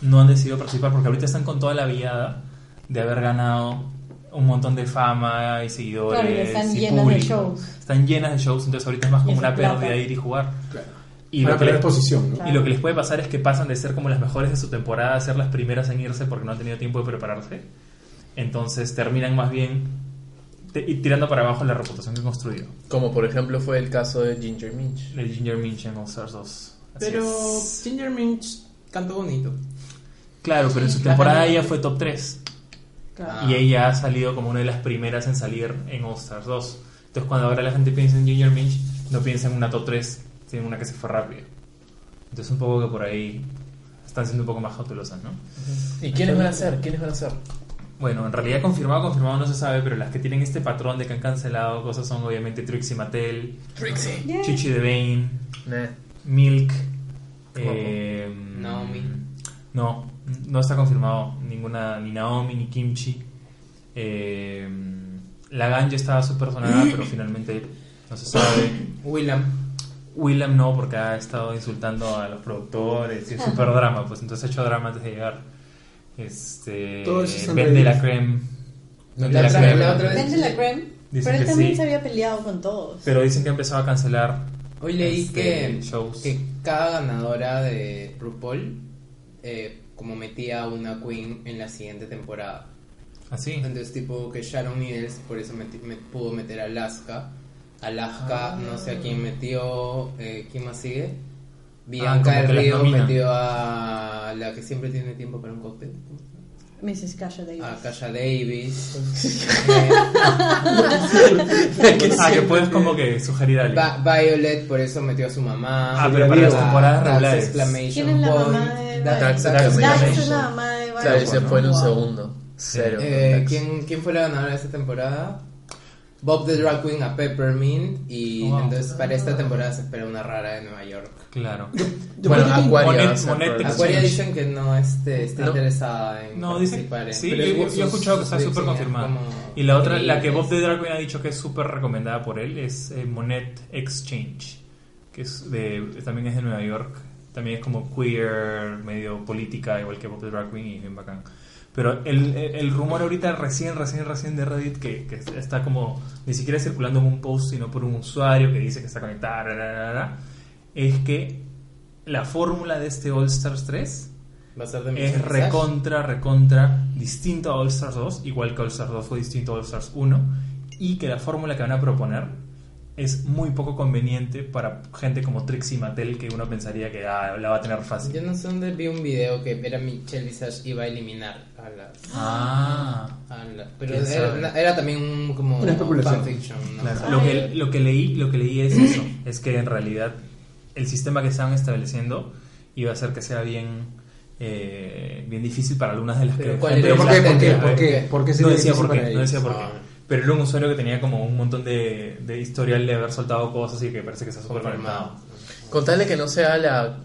Speaker 5: no han decidido participar porque ahorita están con toda la viada de haber ganado un montón de fama y seguidores.
Speaker 2: Claro, y están
Speaker 5: y
Speaker 2: llenas de
Speaker 5: público.
Speaker 2: shows.
Speaker 5: Están llenas de shows, entonces ahorita es más como
Speaker 2: Y
Speaker 5: una
Speaker 2: esa plata.
Speaker 5: pérdida ir y jugar.
Speaker 1: Claro.
Speaker 5: Y
Speaker 1: Para
Speaker 5: lo que
Speaker 1: tener
Speaker 5: les-
Speaker 1: exposición, ¿no?
Speaker 2: Claro.
Speaker 5: y lo que les puede pasar es que pasan de ser como las mejores de su temporada a ser las primeras en irse porque no han tenido tiempo de prepararse. Entonces terminan más bien te- y tirando para abajo la reputación que han construido.
Speaker 4: Como por ejemplo fue el caso de Ginger Minch.
Speaker 5: El Ginger Minch en All Stars 2. Así
Speaker 3: Pero
Speaker 5: es.
Speaker 3: Ginger Minch cantó bonito.
Speaker 5: Claro, pero en su temporada ella fue top 3
Speaker 2: Claro.
Speaker 5: y ella ha salido como una de las primeras en salir en All Stars 2. Entonces cuando ahora la gente piensa en Ginger Minch, no piensa en una top 3, sino en una que se fue rápido. Entonces un poco que por ahí están siendo un poco más cautelosas, ¿no?
Speaker 4: ¿Y quiénes van a ser? ¿Quiénes van a ser?
Speaker 5: Bueno, en realidad confirmado, confirmado no se sabe, pero las que tienen este patrón de que han cancelado cosas son obviamente Trixie Mattel,
Speaker 4: Trixie.
Speaker 2: Yeah.
Speaker 5: Chichi DeVane,
Speaker 4: Nah.
Speaker 5: Milk, eh,
Speaker 3: Naomi.
Speaker 5: No, no está confirmado ninguna, ni Naomi, ni Kimchi. Eh, Lagan ya estaba súper sonada, pero finalmente no se sabe.
Speaker 3: Willam.
Speaker 5: Willam no, porque ha estado insultando a los productores y
Speaker 3: Ah.
Speaker 5: es súper drama, pues entonces ha hecho drama antes de llegar. Este,
Speaker 1: Todos esos han
Speaker 5: Vende la
Speaker 1: reído.
Speaker 5: creme.
Speaker 3: La otra-
Speaker 5: creme.
Speaker 3: la otra vez-
Speaker 2: Vende la creme.
Speaker 5: Pues, Dicen
Speaker 2: Pero él
Speaker 5: que
Speaker 2: también
Speaker 5: sí.
Speaker 2: se había peleado con todos.
Speaker 5: Pero dicen que ha empezado a cancelar.
Speaker 3: Hoy leí
Speaker 5: este,
Speaker 3: que,
Speaker 5: shows.
Speaker 3: que cada ganadora de RuPaul eh, como metía a una queen en la siguiente temporada.
Speaker 5: Así.
Speaker 3: Entonces tipo que Sharon Needles por eso meti- me- pudo meter a Alaska.
Speaker 5: Ah.
Speaker 3: Alaska, no sé a quién metió, eh, ¿quién más sigue? Bianca
Speaker 5: Ah, como
Speaker 3: del
Speaker 5: que las
Speaker 3: Río
Speaker 5: nominan.
Speaker 3: metió a la que siempre tiene tiempo para un cóctel. ¿cómo se llama?
Speaker 2: Mrs. Kasha Davis.
Speaker 3: A Kasha Davis.
Speaker 5: ah, que puedes como que sugerir a
Speaker 3: Eh,
Speaker 5: alguien.
Speaker 3: Va- Violet por eso metió a su mamá.
Speaker 5: Ah, pero para las
Speaker 3: A
Speaker 5: temporadas
Speaker 3: Dax
Speaker 5: regulares.
Speaker 3: Exclamation
Speaker 2: ¿Quién es la
Speaker 3: Point.
Speaker 2: mamá de
Speaker 3: Dax
Speaker 4: Dax
Speaker 3: Exclamation
Speaker 2: Dax
Speaker 4: Exclamation.
Speaker 2: Ah, es la mamá de
Speaker 4: Claro, y
Speaker 2: Violet.
Speaker 4: se fue en un
Speaker 2: Wow.
Speaker 4: segundo. Cero.
Speaker 3: Eh, ¿quién, ¿Quién fue la ganadora de esta temporada? Bob the Drag Queen a Peppermint. Y
Speaker 5: Oh, Wow.
Speaker 3: entonces para esta temporada se espera una rara de Nueva York.
Speaker 5: Claro.
Speaker 4: Bueno,
Speaker 1: pensé que-
Speaker 4: Acuario. va a
Speaker 5: Monet-
Speaker 4: ser
Speaker 5: Monet
Speaker 4: por-
Speaker 5: Exchange.
Speaker 3: Acuaria dicen que no este, está
Speaker 5: No.
Speaker 3: interesada en
Speaker 5: No, dicen.
Speaker 3: participar en-
Speaker 5: Sí, yo,
Speaker 3: pero
Speaker 5: yo-
Speaker 3: sus-
Speaker 5: yo he escuchado que está
Speaker 3: sus
Speaker 5: súper
Speaker 3: reseñas
Speaker 5: confirmada.
Speaker 3: como
Speaker 5: Y la otra, la que
Speaker 3: increíbles.
Speaker 5: Bob de Drag Queen ha dicho que es súper recomendada por él, es eh, Monet Exchange, que es de, también es de Nueva York. También es como queer, medio política, igual que Bob the Drag Queen y es bien bacán. Pero el, el- el rumor ahorita recién, recién, recién de Reddit que, que está como ni siquiera circulando en un post, sino por un usuario que dice que está conectada, ra, ra, ra, ra, es que la fórmula de este All Stars 3
Speaker 3: Va a ser de
Speaker 5: es
Speaker 3: Michelle Visage.
Speaker 5: recontra, recontra distinto a All Stars 2, igual que All Stars 2 fue distinto a All Stars 1, y que la fórmula que van a proponer es muy poco conveniente para gente como Trixie Mattel, que uno pensaría que ah, la va a tener
Speaker 3: Yo
Speaker 5: fácil.
Speaker 3: no sé dónde vi un video que era Michelle Visage iba a eliminar a las.
Speaker 5: Ah.
Speaker 3: a la- pero
Speaker 5: ¿Quién
Speaker 3: era,
Speaker 5: sabe?
Speaker 3: una- era también un, como
Speaker 1: Una especulación.
Speaker 3: fanfiction, ¿no?
Speaker 5: Claro. Lo que, lo que leí, lo que leí es eso, es que en realidad el sistema que estaban estableciendo iba a hacer que sea bien, eh, bien difícil para algunas de las
Speaker 3: Pero
Speaker 5: que...
Speaker 3: ¿cuál
Speaker 5: gente
Speaker 3: era?
Speaker 1: ¿Pero por qué? ¿Por qué?
Speaker 5: A ver,
Speaker 1: ¿Por qué? ¿Por qué
Speaker 5: no
Speaker 1: sería
Speaker 5: decía
Speaker 1: difícil
Speaker 5: por
Speaker 1: para
Speaker 5: qué, no
Speaker 1: ellos?
Speaker 5: decía por qué.
Speaker 3: Ah.
Speaker 5: Pero era un usuario que tenía como un montón de, de historial de haber soltado cosas y que parece que está súper
Speaker 3: Confirmado.
Speaker 5: conectado.
Speaker 4: Contarle que no sea la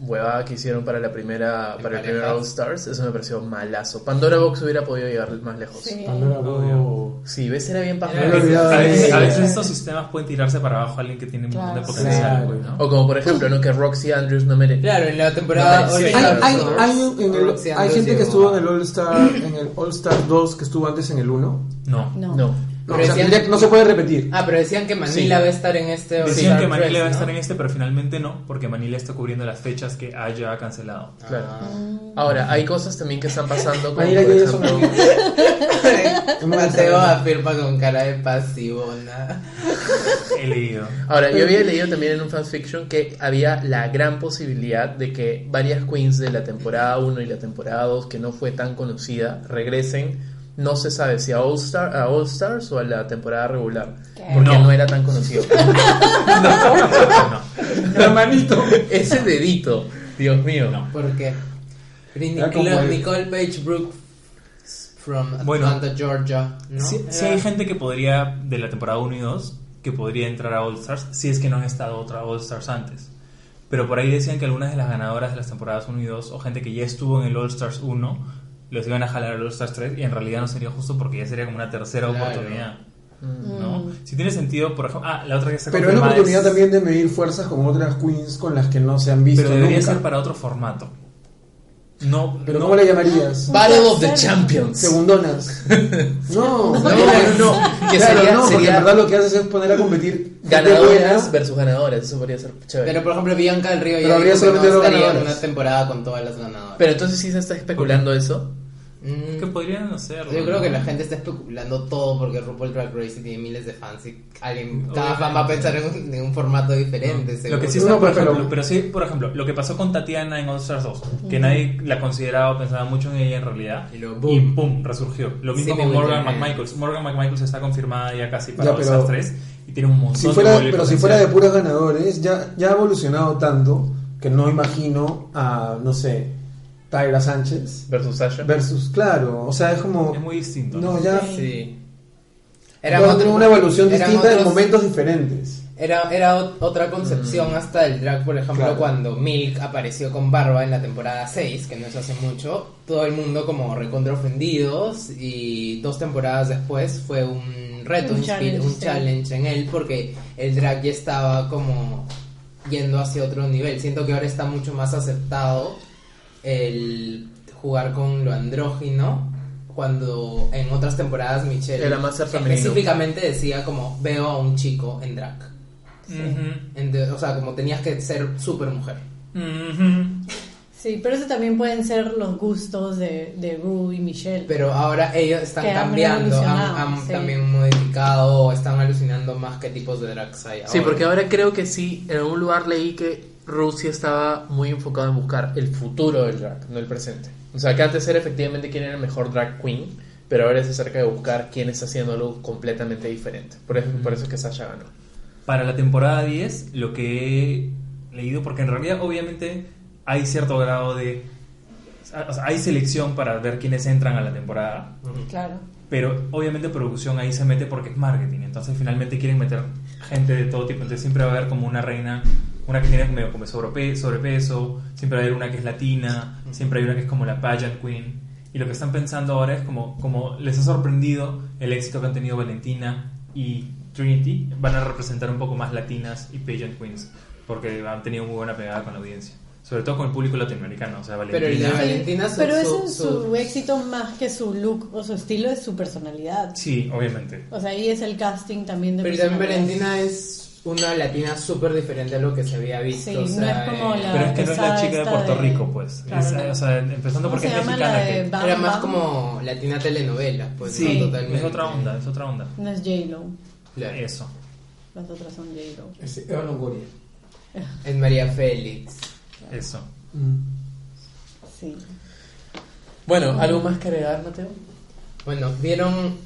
Speaker 4: huevada que hicieron para la primera
Speaker 3: En
Speaker 4: para el primer
Speaker 3: parejas.
Speaker 4: All Stars, eso me pareció malazo. Pandora Box hubiera podido llegar más lejos. Uh.
Speaker 2: Sí.
Speaker 1: Pandora Bow.
Speaker 4: Sí, ves, era bien paja.
Speaker 3: Era
Speaker 1: Me lo he olvidado
Speaker 5: A
Speaker 1: de
Speaker 5: veces, a
Speaker 1: ella.
Speaker 5: veces estos sistemas pueden tirarse para abajo a alguien que tiene un montón de
Speaker 2: Claro.
Speaker 5: potencial.
Speaker 1: Claro.
Speaker 5: güey, ¿no?
Speaker 4: O como por ejemplo, ¿no? Que Roxy Andrews no merece.
Speaker 3: Claro, en la temporada.
Speaker 4: No, sí.
Speaker 1: Hay,
Speaker 3: ocho,
Speaker 1: hay,
Speaker 3: Roxy
Speaker 1: hay un- en el-
Speaker 3: Andrews
Speaker 1: hay gente
Speaker 3: llegó.
Speaker 1: que estuvo en el All Star en el All Star 2 que estuvo antes en el 1.
Speaker 5: No.
Speaker 2: No.
Speaker 4: No.
Speaker 1: No,
Speaker 3: Pero
Speaker 1: o sea,
Speaker 3: decían-
Speaker 1: tendría- no se puede repetir.
Speaker 3: Ah, pero decían que Manila va a estar en este.
Speaker 5: Decían
Speaker 3: All-Star
Speaker 5: que Manila
Speaker 3: Dress,
Speaker 5: iba a estar
Speaker 3: ¿no?
Speaker 5: en este, pero finalmente no, porque Manila está cubriendo las fechas que Aya ha cancelado.
Speaker 4: Claro.
Speaker 3: Ah.
Speaker 4: Ahora, hay cosas también que están pasando como por
Speaker 1: Manila ya es
Speaker 4: ejemplo,
Speaker 1: una
Speaker 3: Mateo afirma con cara de pasivona.
Speaker 5: He leído.
Speaker 4: Ahora, yo había leído también en un fanfiction que había la gran posibilidad de que varias queens de la temporada 1 y la temporada 2, que no fue tan conocida, regresen, no se sabe si a All, Star, a All Stars o a la temporada regular,
Speaker 2: ¿Qué?
Speaker 4: porque no.
Speaker 5: No.
Speaker 4: era tan conocido.
Speaker 5: No, no, no.
Speaker 1: Hermanito.
Speaker 4: Ese dedito, Dios mío.
Speaker 3: Porque
Speaker 1: Era como
Speaker 3: Nicole,
Speaker 1: el-
Speaker 3: Nicole Page Brook from
Speaker 5: Bueno.
Speaker 3: Atlanta, Georgia, ¿no? Eh,
Speaker 5: Si
Speaker 3: Era-
Speaker 5: hay gente que podría, de la temporada 1 y 2, que podría entrar a All Stars, si es que no han estado otra All Stars antes. Pero por ahí decían que algunas de las ganadoras de las temporadas 1 y 2, o gente que ya estuvo en el All Stars 1, los iban a jalar al All Stars 3, y en realidad no sería justo porque ya sería como una tercera
Speaker 3: Claro.
Speaker 5: oportunidad.
Speaker 3: Mm.
Speaker 5: ¿no? Si tiene sentido, por ejemplo. Ah, la otra que está
Speaker 1: Pero es la
Speaker 5: confirmada
Speaker 1: oportunidad
Speaker 5: es-
Speaker 1: también de medir fuerzas con otras queens con las que no se han visto.
Speaker 5: Pero debería
Speaker 1: nunca.
Speaker 5: ser para otro formato. No,
Speaker 1: ¿Pero
Speaker 5: no-
Speaker 1: cómo le llamarías?
Speaker 4: Battle of the Champions.
Speaker 1: Segundonas. No,
Speaker 4: No, no, no, que
Speaker 1: Claro,
Speaker 4: sería,
Speaker 1: no, porque
Speaker 4: sería
Speaker 1: en verdad lo que haces es poner a competir gente
Speaker 4: ganadoras
Speaker 1: buena.
Speaker 4: versus ganadoras, eso podría ser chévere.
Speaker 3: Pero por ejemplo, Bianca del Río ya
Speaker 1: Pero habría
Speaker 3: dijo que
Speaker 1: solamente
Speaker 3: no
Speaker 1: dos
Speaker 3: estaría en
Speaker 1: ganadoras.
Speaker 3: una temporada con todas las ganadoras.
Speaker 4: Pero entonces sí se está especulando eso.
Speaker 3: Mm,
Speaker 5: que podrían hacerlo.
Speaker 3: yo creo que
Speaker 5: ¿no?
Speaker 3: la gente está especulando todo porque RuPaul Drag Race tiene miles de fans y alguien, cada
Speaker 5: Obviamente.
Speaker 3: fan va a pensar en un, en un formato diferente.
Speaker 5: Lo
Speaker 3: seguro.
Speaker 5: que sí
Speaker 1: No,
Speaker 5: está, por
Speaker 1: pero-
Speaker 5: ejemplo, pero sí, por ejemplo, lo que pasó con Tatiana en All Stars 2, que nadie la consideraba o pensaba mucho en ella en realidad.
Speaker 3: Y luego, boom.
Speaker 5: pum, resurgió. Lo mismo
Speaker 3: Sí,
Speaker 5: con
Speaker 3: me
Speaker 5: Morgan
Speaker 3: voy a-
Speaker 5: McMichaels. Morgan McMichaels está confirmada ya casi
Speaker 1: Ya,
Speaker 5: para All
Speaker 1: pero-
Speaker 5: Stars 3 y tiene un montón
Speaker 1: Si fuera,
Speaker 5: de
Speaker 1: pero si fuera de puros ganadores, ya, ya ha evolucionado tanto que no imagino a, no sé, Tyra Sánchez
Speaker 4: Versus Sasha.
Speaker 1: versus, claro, o sea, es como...
Speaker 5: Es muy distinto.
Speaker 1: No, ya...
Speaker 3: Sí.
Speaker 1: Era una evolución
Speaker 3: eran
Speaker 1: distinta en
Speaker 3: otros-
Speaker 1: momentos diferentes.
Speaker 3: Era, era ot- otra concepción hasta el drag, por ejemplo,
Speaker 1: Claro.
Speaker 3: cuando Milk apareció con barba en la temporada 6, que no es hace mucho, todo el mundo como recontra ofendidos y dos temporadas después fue un reto,
Speaker 2: Un
Speaker 3: un, inspi-
Speaker 2: challenge,
Speaker 3: un
Speaker 2: sí.
Speaker 3: challenge en él porque el drag ya estaba como yendo hacia otro nivel. Siento que ahora está mucho más aceptado el jugar con lo andrógino cuando en otras temporadas Michelle
Speaker 4: Era más ser femenino.
Speaker 3: específicamente decía como veo a un chico en drag.
Speaker 5: Ujú,
Speaker 3: Ente- o sea, como tenías que ser súper mujer.
Speaker 5: ujú.
Speaker 2: Sí, pero eso también pueden ser los gustos de, de Ru y Michelle.
Speaker 3: Pero ahora ellos están
Speaker 2: Que han
Speaker 3: cambiando, han,
Speaker 2: evolucionado,
Speaker 3: han
Speaker 2: sí.
Speaker 3: también modificado, o están alucinando más qué tipos de drags hay.
Speaker 4: Sí, porque ahora creo que sí, en algún lugar leí que Rusia estaba muy enfocada en buscar el futuro del drag, no el presente. O sea, que antes era efectivamente quién era el mejor drag queen, pero ahora es acerca de buscar quién está haciendo algo completamente diferente. Por eso, por eso es que Sasha ganó.
Speaker 5: Para la temporada 10, lo que he leído, porque en realidad obviamente hay cierto grado de... o sea, hay selección para ver quiénes entran a la temporada,
Speaker 2: Claro.
Speaker 5: pero obviamente producción ahí se mete porque es marketing, entonces finalmente quieren meter gente de todo tipo, entonces siempre va a haber como una reina, una que tiene medio como sobrepe- sobrepeso, siempre va a haber una que es latina, siempre hay una que es como la pageant queen, y lo que están pensando ahora es como, como les ha sorprendido el éxito que han tenido Valentina y Trinity, van a representar un poco más latinas y pageant queens, porque han tenido muy buena pegada con la audiencia, sobre todo con el público latinoamericano, o sea,
Speaker 3: Pero el de
Speaker 5: Valentina...
Speaker 3: Valentina su-
Speaker 2: pero
Speaker 3: su-
Speaker 2: eso es su, éxito más que su look o su estilo es su personalidad.
Speaker 5: Sí, obviamente.
Speaker 2: O sea, ahí es el casting también de
Speaker 3: Pero también
Speaker 2: personalidades.
Speaker 3: Valentina es una latina súper diferente a lo que se había visto.
Speaker 2: Sí,
Speaker 3: o
Speaker 2: no
Speaker 3: sea,
Speaker 2: es como
Speaker 3: eh,
Speaker 2: la-
Speaker 5: Pero es que no es la
Speaker 2: pesada
Speaker 5: chica de
Speaker 2: esta
Speaker 5: Puerto
Speaker 2: de-
Speaker 5: Rico, pues.
Speaker 2: Claro,
Speaker 5: Es-
Speaker 2: no.
Speaker 5: o sea, empezando
Speaker 2: ¿Cómo
Speaker 5: porque
Speaker 2: se
Speaker 5: es
Speaker 2: llama
Speaker 5: mexicana.
Speaker 2: la de
Speaker 5: que-
Speaker 2: Bam
Speaker 3: Era más
Speaker 2: Bam?
Speaker 3: como latina telenovela, pues.
Speaker 5: Sí,
Speaker 3: ¿no? Totalmente.
Speaker 5: es otra onda, es otra onda.
Speaker 2: No es J-Lo,
Speaker 3: Claro. Es,
Speaker 5: Eso.
Speaker 2: las otras son J-Lo.
Speaker 1: Es Eva Longoria.
Speaker 3: María Félix.
Speaker 5: Eso.
Speaker 1: Mm.
Speaker 2: Sí.
Speaker 4: Bueno, ¿algo más que agregar, Mateo?
Speaker 3: Bueno, ¿vieron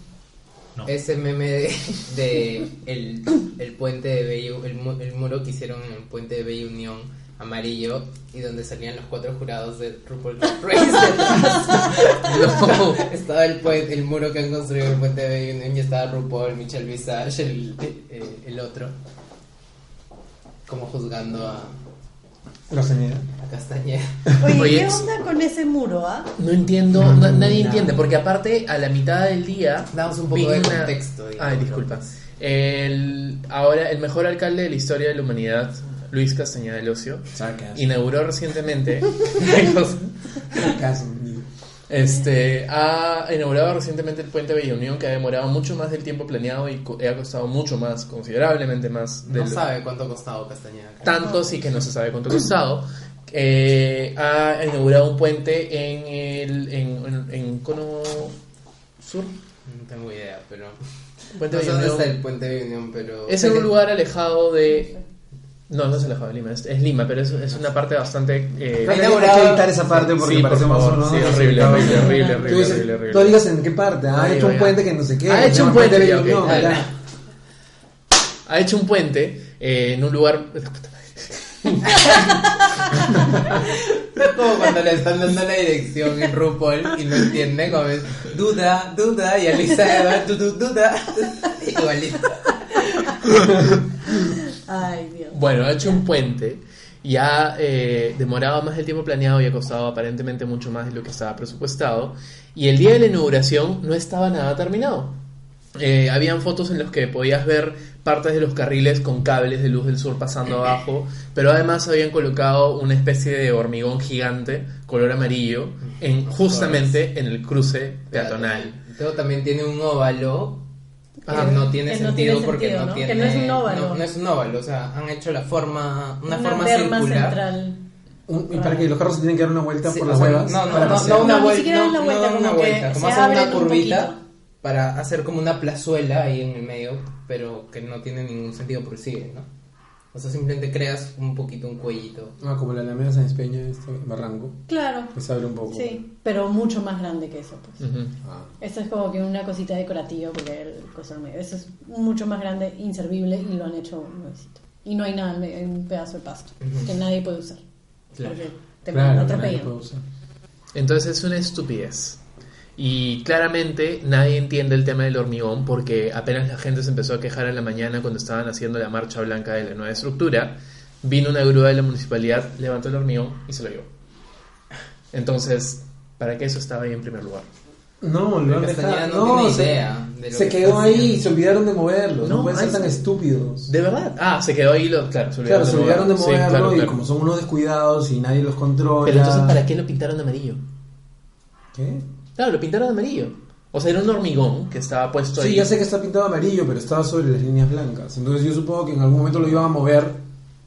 Speaker 5: No.
Speaker 3: ese meme de, de el, el puente de Bellu, el, mu- el muro que hicieron en el puente de Bella Unión amarillo y donde salían los cuatro jurados de RuPaul Drag Race detrás? estaba el, puen- el muro que han construido el puente de Bella Unión y estaba RuPaul, Michelle Visage, el, eh, el otro como juzgando a, a
Speaker 1: Castañeda.
Speaker 3: Castañeda
Speaker 2: Oye,
Speaker 4: Oye,
Speaker 2: ¿qué
Speaker 4: es-
Speaker 2: onda con ese muro, ah?
Speaker 4: No entiendo, na- nadie entiende, porque aparte a la mitad del día...
Speaker 3: Damos un poco
Speaker 4: vino
Speaker 3: de
Speaker 4: una-
Speaker 3: contexto, digamos.
Speaker 4: Ay, disculpa. El, ahora, el mejor alcalde de la historia de la humanidad, Luis Castañeda del Ocio, inauguró recientemente... Ay, Dios.
Speaker 1: Caso, digo.
Speaker 4: Este, ha inaugurado recientemente el puente Bella Unión que ha demorado mucho más del tiempo planeado y co- ha costado mucho más, considerablemente más. de
Speaker 3: no
Speaker 4: lo-
Speaker 3: sabe cuánto ha costado Castañeda
Speaker 4: Tanto sí que no se sabe cuánto ha costado. Eh, ha inaugurado un puente en el en, en, en Cono Sur.
Speaker 3: no tengo idea pero
Speaker 4: Puente
Speaker 3: No sé
Speaker 4: Bella
Speaker 3: dónde
Speaker 4: Unión.
Speaker 3: está el puente de Unión, pero.
Speaker 4: Es en un lugar alejado de... No, no es alejado de Lima, es, es Lima, pero es, es una parte bastante... eh,
Speaker 1: Creo que hay
Speaker 3: inaugurado-
Speaker 1: que editar esa parte porque
Speaker 4: sí, por
Speaker 1: parece más
Speaker 4: favor,
Speaker 1: o
Speaker 4: sí,
Speaker 1: menos-
Speaker 4: horrible, horrible, horrible, horrible,
Speaker 1: Tú dices-
Speaker 4: horrible, horrible.
Speaker 1: No digas en qué parte. ah, Ha
Speaker 4: Ahí
Speaker 1: hecho
Speaker 4: va,
Speaker 1: un
Speaker 4: ya.
Speaker 1: puente que no sé qué.
Speaker 4: Ha
Speaker 1: se
Speaker 4: hecho
Speaker 1: llama
Speaker 4: un puente,
Speaker 1: de
Speaker 4: ok,
Speaker 1: Bello- no,
Speaker 4: dale.
Speaker 1: ya.
Speaker 4: ha hecho un puente eh, en un lugar...
Speaker 3: Es como cuando le están dando la dirección en RuPaul y no entiende, como es duda, duda, y Alisa Eva, du, du- duda, igualito.
Speaker 2: Ay, Dios.
Speaker 4: Bueno, ha hecho un puente y ha eh, demorado más del tiempo planeado y ha costado aparentemente mucho más de lo que estaba presupuestado. Y el día de la inauguración no estaba nada terminado. Eh, habían fotos en las que podías ver partes de los carriles con cables de luz del sur pasando abajo, pero además habían colocado una especie de hormigón gigante color amarillo en, justamente en el cruce peatonal.
Speaker 3: Luego también tiene un óvalo. Que
Speaker 4: Ah.
Speaker 3: no tiene
Speaker 2: Que no
Speaker 3: sentido
Speaker 2: tiene
Speaker 3: porque
Speaker 2: sentido,
Speaker 3: no
Speaker 2: ¿no? Que
Speaker 3: tiene.
Speaker 2: no es un óvalo.
Speaker 3: No, no es un óvalo, o sea, han hecho la forma, una, forma
Speaker 2: berma
Speaker 3: circular.
Speaker 2: central.
Speaker 1: Un- Y para que los carros se tienen que dar una vuelta
Speaker 3: Sí,
Speaker 1: por
Speaker 3: o
Speaker 1: las
Speaker 3: sea,
Speaker 1: huevas.
Speaker 3: No, no,
Speaker 1: para
Speaker 3: no,
Speaker 1: pasear.
Speaker 3: no, una
Speaker 2: No, ni
Speaker 3: vuelta,
Speaker 2: siquiera
Speaker 3: no,
Speaker 2: es la
Speaker 3: no
Speaker 2: vuelta,
Speaker 3: una
Speaker 2: como que
Speaker 3: vuelta, como
Speaker 2: se
Speaker 3: hacer una
Speaker 2: abren un
Speaker 3: curvita
Speaker 2: poquito.
Speaker 3: para hacer como una plazuela ahí en el medio, pero que no tiene ningún sentido por sí, ¿no? O sea, simplemente creas un poquito un cuellito.
Speaker 1: Ah, como la Alameda San Espeña, este barranco.
Speaker 2: Claro.
Speaker 1: Pues abre un poco.
Speaker 2: Sí, pero mucho más grande que eso, pues.
Speaker 4: Ujú.
Speaker 1: Ah.
Speaker 2: Eso es como que una cosita decorativa, porque el coso del medio. Eso es mucho más grande, inservible, y lo han hecho nuevecito. Y no hay nada, en medio, hay un pedazo de pasto que nadie puede usar. Porque te
Speaker 1: Claro, que nadie
Speaker 2: atropellan.
Speaker 1: puede usar.
Speaker 4: Entonces es una estupidez. Y claramente nadie entiende el tema del hormigón porque apenas la gente se empezó a quejar en la mañana cuando estaban haciendo la marcha blanca de la nueva estructura, vino una grúa de la municipalidad, levantó el hormigón y se lo llevó. Entonces, ¿para qué eso estaba ahí en primer lugar?
Speaker 1: No, lo han
Speaker 3: Castañeda
Speaker 1: dejado.
Speaker 3: no tiene
Speaker 1: se,
Speaker 3: idea de lo
Speaker 1: se
Speaker 3: que
Speaker 1: quedó
Speaker 3: está
Speaker 1: ahí
Speaker 3: haciendo.
Speaker 1: y se olvidaron de moverlo. No,
Speaker 4: No,
Speaker 1: pueden ser
Speaker 4: ahí
Speaker 1: tan
Speaker 4: sí.
Speaker 1: estúpidos.
Speaker 4: ¿De verdad? Ah, se quedó ahí, lo, claro, se
Speaker 1: claro, se olvidaron de
Speaker 4: mover. Sí,
Speaker 1: moverlo
Speaker 4: claro,
Speaker 1: y
Speaker 4: claro.
Speaker 1: como son unos descuidados y nadie los controla.
Speaker 4: Pero entonces, ¿para qué lo pintaron de amarillo?
Speaker 1: ¿Qué?
Speaker 4: Claro, lo pintaron de amarillo. O sea, era un hormigón que estaba puesto ahí.
Speaker 1: Sí, ya sé que está pintado amarillo, pero estaba sobre las líneas blancas. Entonces yo supongo que en algún momento lo iban a mover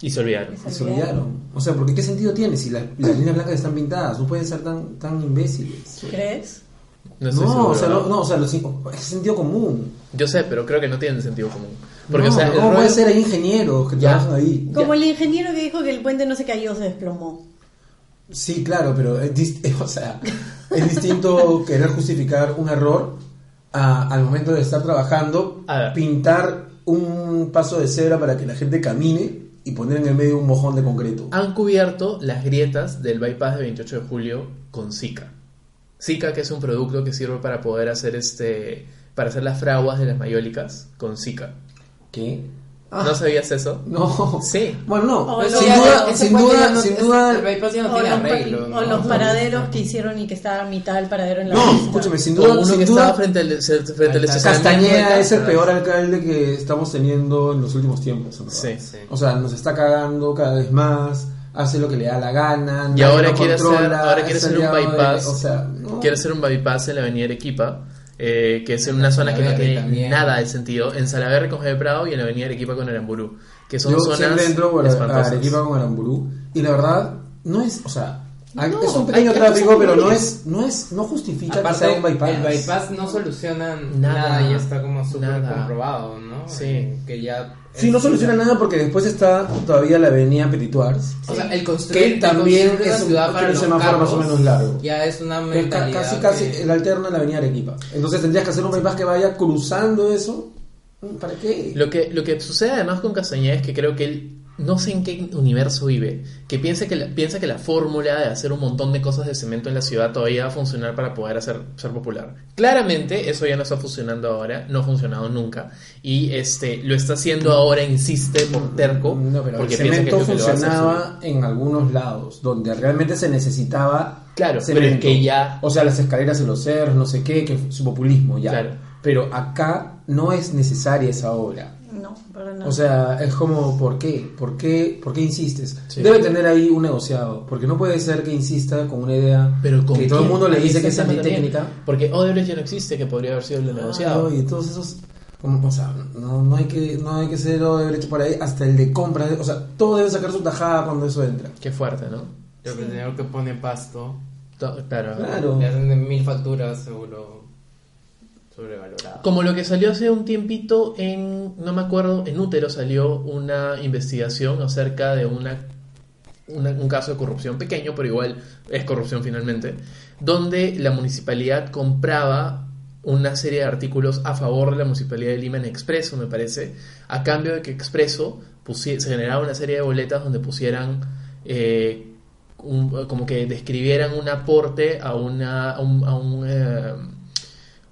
Speaker 4: Y se olvidaron.
Speaker 1: y se olvidaron. O sea, porque qué sentido tiene si las, las líneas blancas están pintadas? No pueden ser tan, tan imbéciles.
Speaker 2: ¿Crees?
Speaker 4: No,
Speaker 1: No,
Speaker 4: estoy
Speaker 1: o
Speaker 4: seguro,
Speaker 1: sea,
Speaker 4: ¿no?
Speaker 1: no, no, o sea, los- es sentido común.
Speaker 4: Yo sé, pero creo que no tienen sentido común. Porque,
Speaker 1: no,
Speaker 4: o sea, el
Speaker 1: ¿cómo
Speaker 4: rol-
Speaker 1: puede ser hay ingenieros que
Speaker 4: Ya.
Speaker 1: trabajan ahí?
Speaker 2: Como el ingeniero que dijo que el puente no se cayó, se desplomó.
Speaker 1: Sí, claro, pero es, dist- o sea, es distinto querer justificar un error a- al momento de estar trabajando,
Speaker 4: A ver.
Speaker 1: pintar un paso de cebra para que la gente camine y poner en el medio un mojón de concreto.
Speaker 4: han cubierto las grietas del bypass de 28 de julio con Zika. Zika, que es un producto que sirve para poder hacer este para hacer las fraguas de las mayólicas con Zika.
Speaker 1: ¿Qué? Ah.
Speaker 4: ¿No sabías eso?
Speaker 1: No.
Speaker 4: Sí.
Speaker 1: Bueno, no.
Speaker 2: O
Speaker 1: sin,
Speaker 2: los-
Speaker 1: duda,
Speaker 3: ese
Speaker 1: sin
Speaker 3: puente
Speaker 1: duda,
Speaker 3: Oh, ya no-
Speaker 1: sin
Speaker 3: ese-
Speaker 1: duda.
Speaker 3: El bypass ya no
Speaker 2: o
Speaker 3: tiene
Speaker 2: los,
Speaker 3: arreglo.
Speaker 2: o
Speaker 3: ¿no?
Speaker 2: los paraderos que hicieron y que estaba a mitad del paradero en la
Speaker 1: No,
Speaker 2: pista.
Speaker 1: escúchame, sin
Speaker 4: Como
Speaker 1: duda,
Speaker 4: uno que
Speaker 1: sin
Speaker 4: estaba
Speaker 1: duda.
Speaker 4: frente al, se- frente al
Speaker 3: Ahí está.
Speaker 4: estacionamiento de
Speaker 1: Castañeda es el
Speaker 4: Castro.
Speaker 1: peor alcalde que estamos teniendo en los últimos tiempos. en verdad.
Speaker 4: Sí,
Speaker 3: Sí.
Speaker 1: O sea, nos está cagando cada vez más, hace lo que le da la gana. nadie
Speaker 4: ahora
Speaker 1: lo
Speaker 4: quiere hacer-
Speaker 1: controla,
Speaker 4: ahora quiere
Speaker 1: es
Speaker 4: hacer un
Speaker 1: aliado de-
Speaker 4: bypass.
Speaker 1: o sea, no.
Speaker 4: Quiere hacer un bypass en la avenida Arequipa, eh, que es en una zona que no
Speaker 3: Salaverry
Speaker 4: tiene
Speaker 3: también.
Speaker 4: nada de sentido. En Salaverry con G. Prado y en la avenida Arequipa con Aramburú, que son
Speaker 1: Yo
Speaker 4: zonas
Speaker 1: siempre entro por a- a
Speaker 4: espantosas.
Speaker 1: Arequipa con Aramburú y la verdad no es, o sea, hay-
Speaker 4: No,
Speaker 1: es un
Speaker 4: hay
Speaker 1: pequeño
Speaker 4: otras
Speaker 1: tráfico, pero no
Speaker 4: soluciones.
Speaker 1: es, no es, no justifica que sea
Speaker 3: Aparte,
Speaker 1: un bypass.
Speaker 3: el bypass no soluciona
Speaker 4: Nada,
Speaker 3: nada, y está como súper
Speaker 4: nada.
Speaker 3: comprobado, ¿no?
Speaker 4: Sí.
Speaker 3: Eh, Que ya...
Speaker 1: Sí, no soluciona nada porque después está todavía la avenida Petituars.
Speaker 3: O sea, el
Speaker 1: Que
Speaker 3: construir
Speaker 1: también
Speaker 3: el construir una
Speaker 1: es un-
Speaker 3: ciudad
Speaker 1: que
Speaker 3: para
Speaker 1: un
Speaker 3: los
Speaker 1: semáforo más o
Speaker 3: carros
Speaker 1: menos largo.
Speaker 3: Ya es una
Speaker 1: Que ca-
Speaker 3: mentalidad.
Speaker 1: Casi, casi
Speaker 3: que-
Speaker 1: el alterna la avenida Arequipa. Entonces tendrías que hacer un bypass que vaya cruzando eso. Mm, ¿Para qué?
Speaker 4: Lo que, lo que sucede además con Castañeda es que creo que él no sé en qué universo vive, que piensa que la, piensa que la fórmula de hacer un montón de cosas de cemento en la ciudad todavía va a funcionar para poder hacer, ser popular. Claramente eso ya no está funcionando ahora, no ha funcionado nunca, y este lo está haciendo ahora, insiste, por terco,
Speaker 1: Mm, No, pero
Speaker 4: porque
Speaker 1: el cemento
Speaker 4: piensa que es lo que lo va a hacer
Speaker 1: funcionaba en algunos lados, donde realmente se necesitaba
Speaker 4: Claro, pero
Speaker 1: cemento.
Speaker 4: es que ya-
Speaker 1: O sea, las escaleras en los cerros, no sé qué, que es su populismo ya.
Speaker 4: Claro.
Speaker 1: Pero acá no es necesaria esa obra.
Speaker 2: No, para nada.
Speaker 1: O sea, es como, ¿por qué? ¿Por qué, ¿Por qué insistes?
Speaker 4: Sí.
Speaker 1: Debe tener ahí un negociado, porque no puede ser que insista con una idea
Speaker 4: Pero con
Speaker 1: que todo el
Speaker 4: quién?
Speaker 1: mundo le
Speaker 4: Ahí
Speaker 1: dice
Speaker 4: está
Speaker 1: que
Speaker 4: el
Speaker 1: esa es mi
Speaker 4: tema también.
Speaker 1: técnica. Ah,
Speaker 4: Porque Odebrecht ya no existe, que podría haber sido lo negociado.
Speaker 1: Claro, y todos esos como, o sea no, no hay que no hay que ser "Oh, Odebrecht por ahí hasta el de compra o sea todo debe sacar su tajada cuando eso entra
Speaker 4: Qué fuerte, ¿no?
Speaker 3: El vendedor que pone pasto.
Speaker 4: To- Claro.
Speaker 1: claro
Speaker 3: Le hacen de mil facturas, seguro. Sobrevalorado.
Speaker 4: Como lo que salió hace un tiempito en, no me acuerdo, en útero salió una investigación acerca de una, una- un caso de corrupción pequeño, pero igual es corrupción finalmente, donde la municipalidad compraba una serie de artículos a favor de la municipalidad de Lima en Expreso, me parece, a cambio de que Expreso pusie- se generaba una serie de boletas donde pusieran eh, un- como que describieran un aporte a una a un, a un, eh,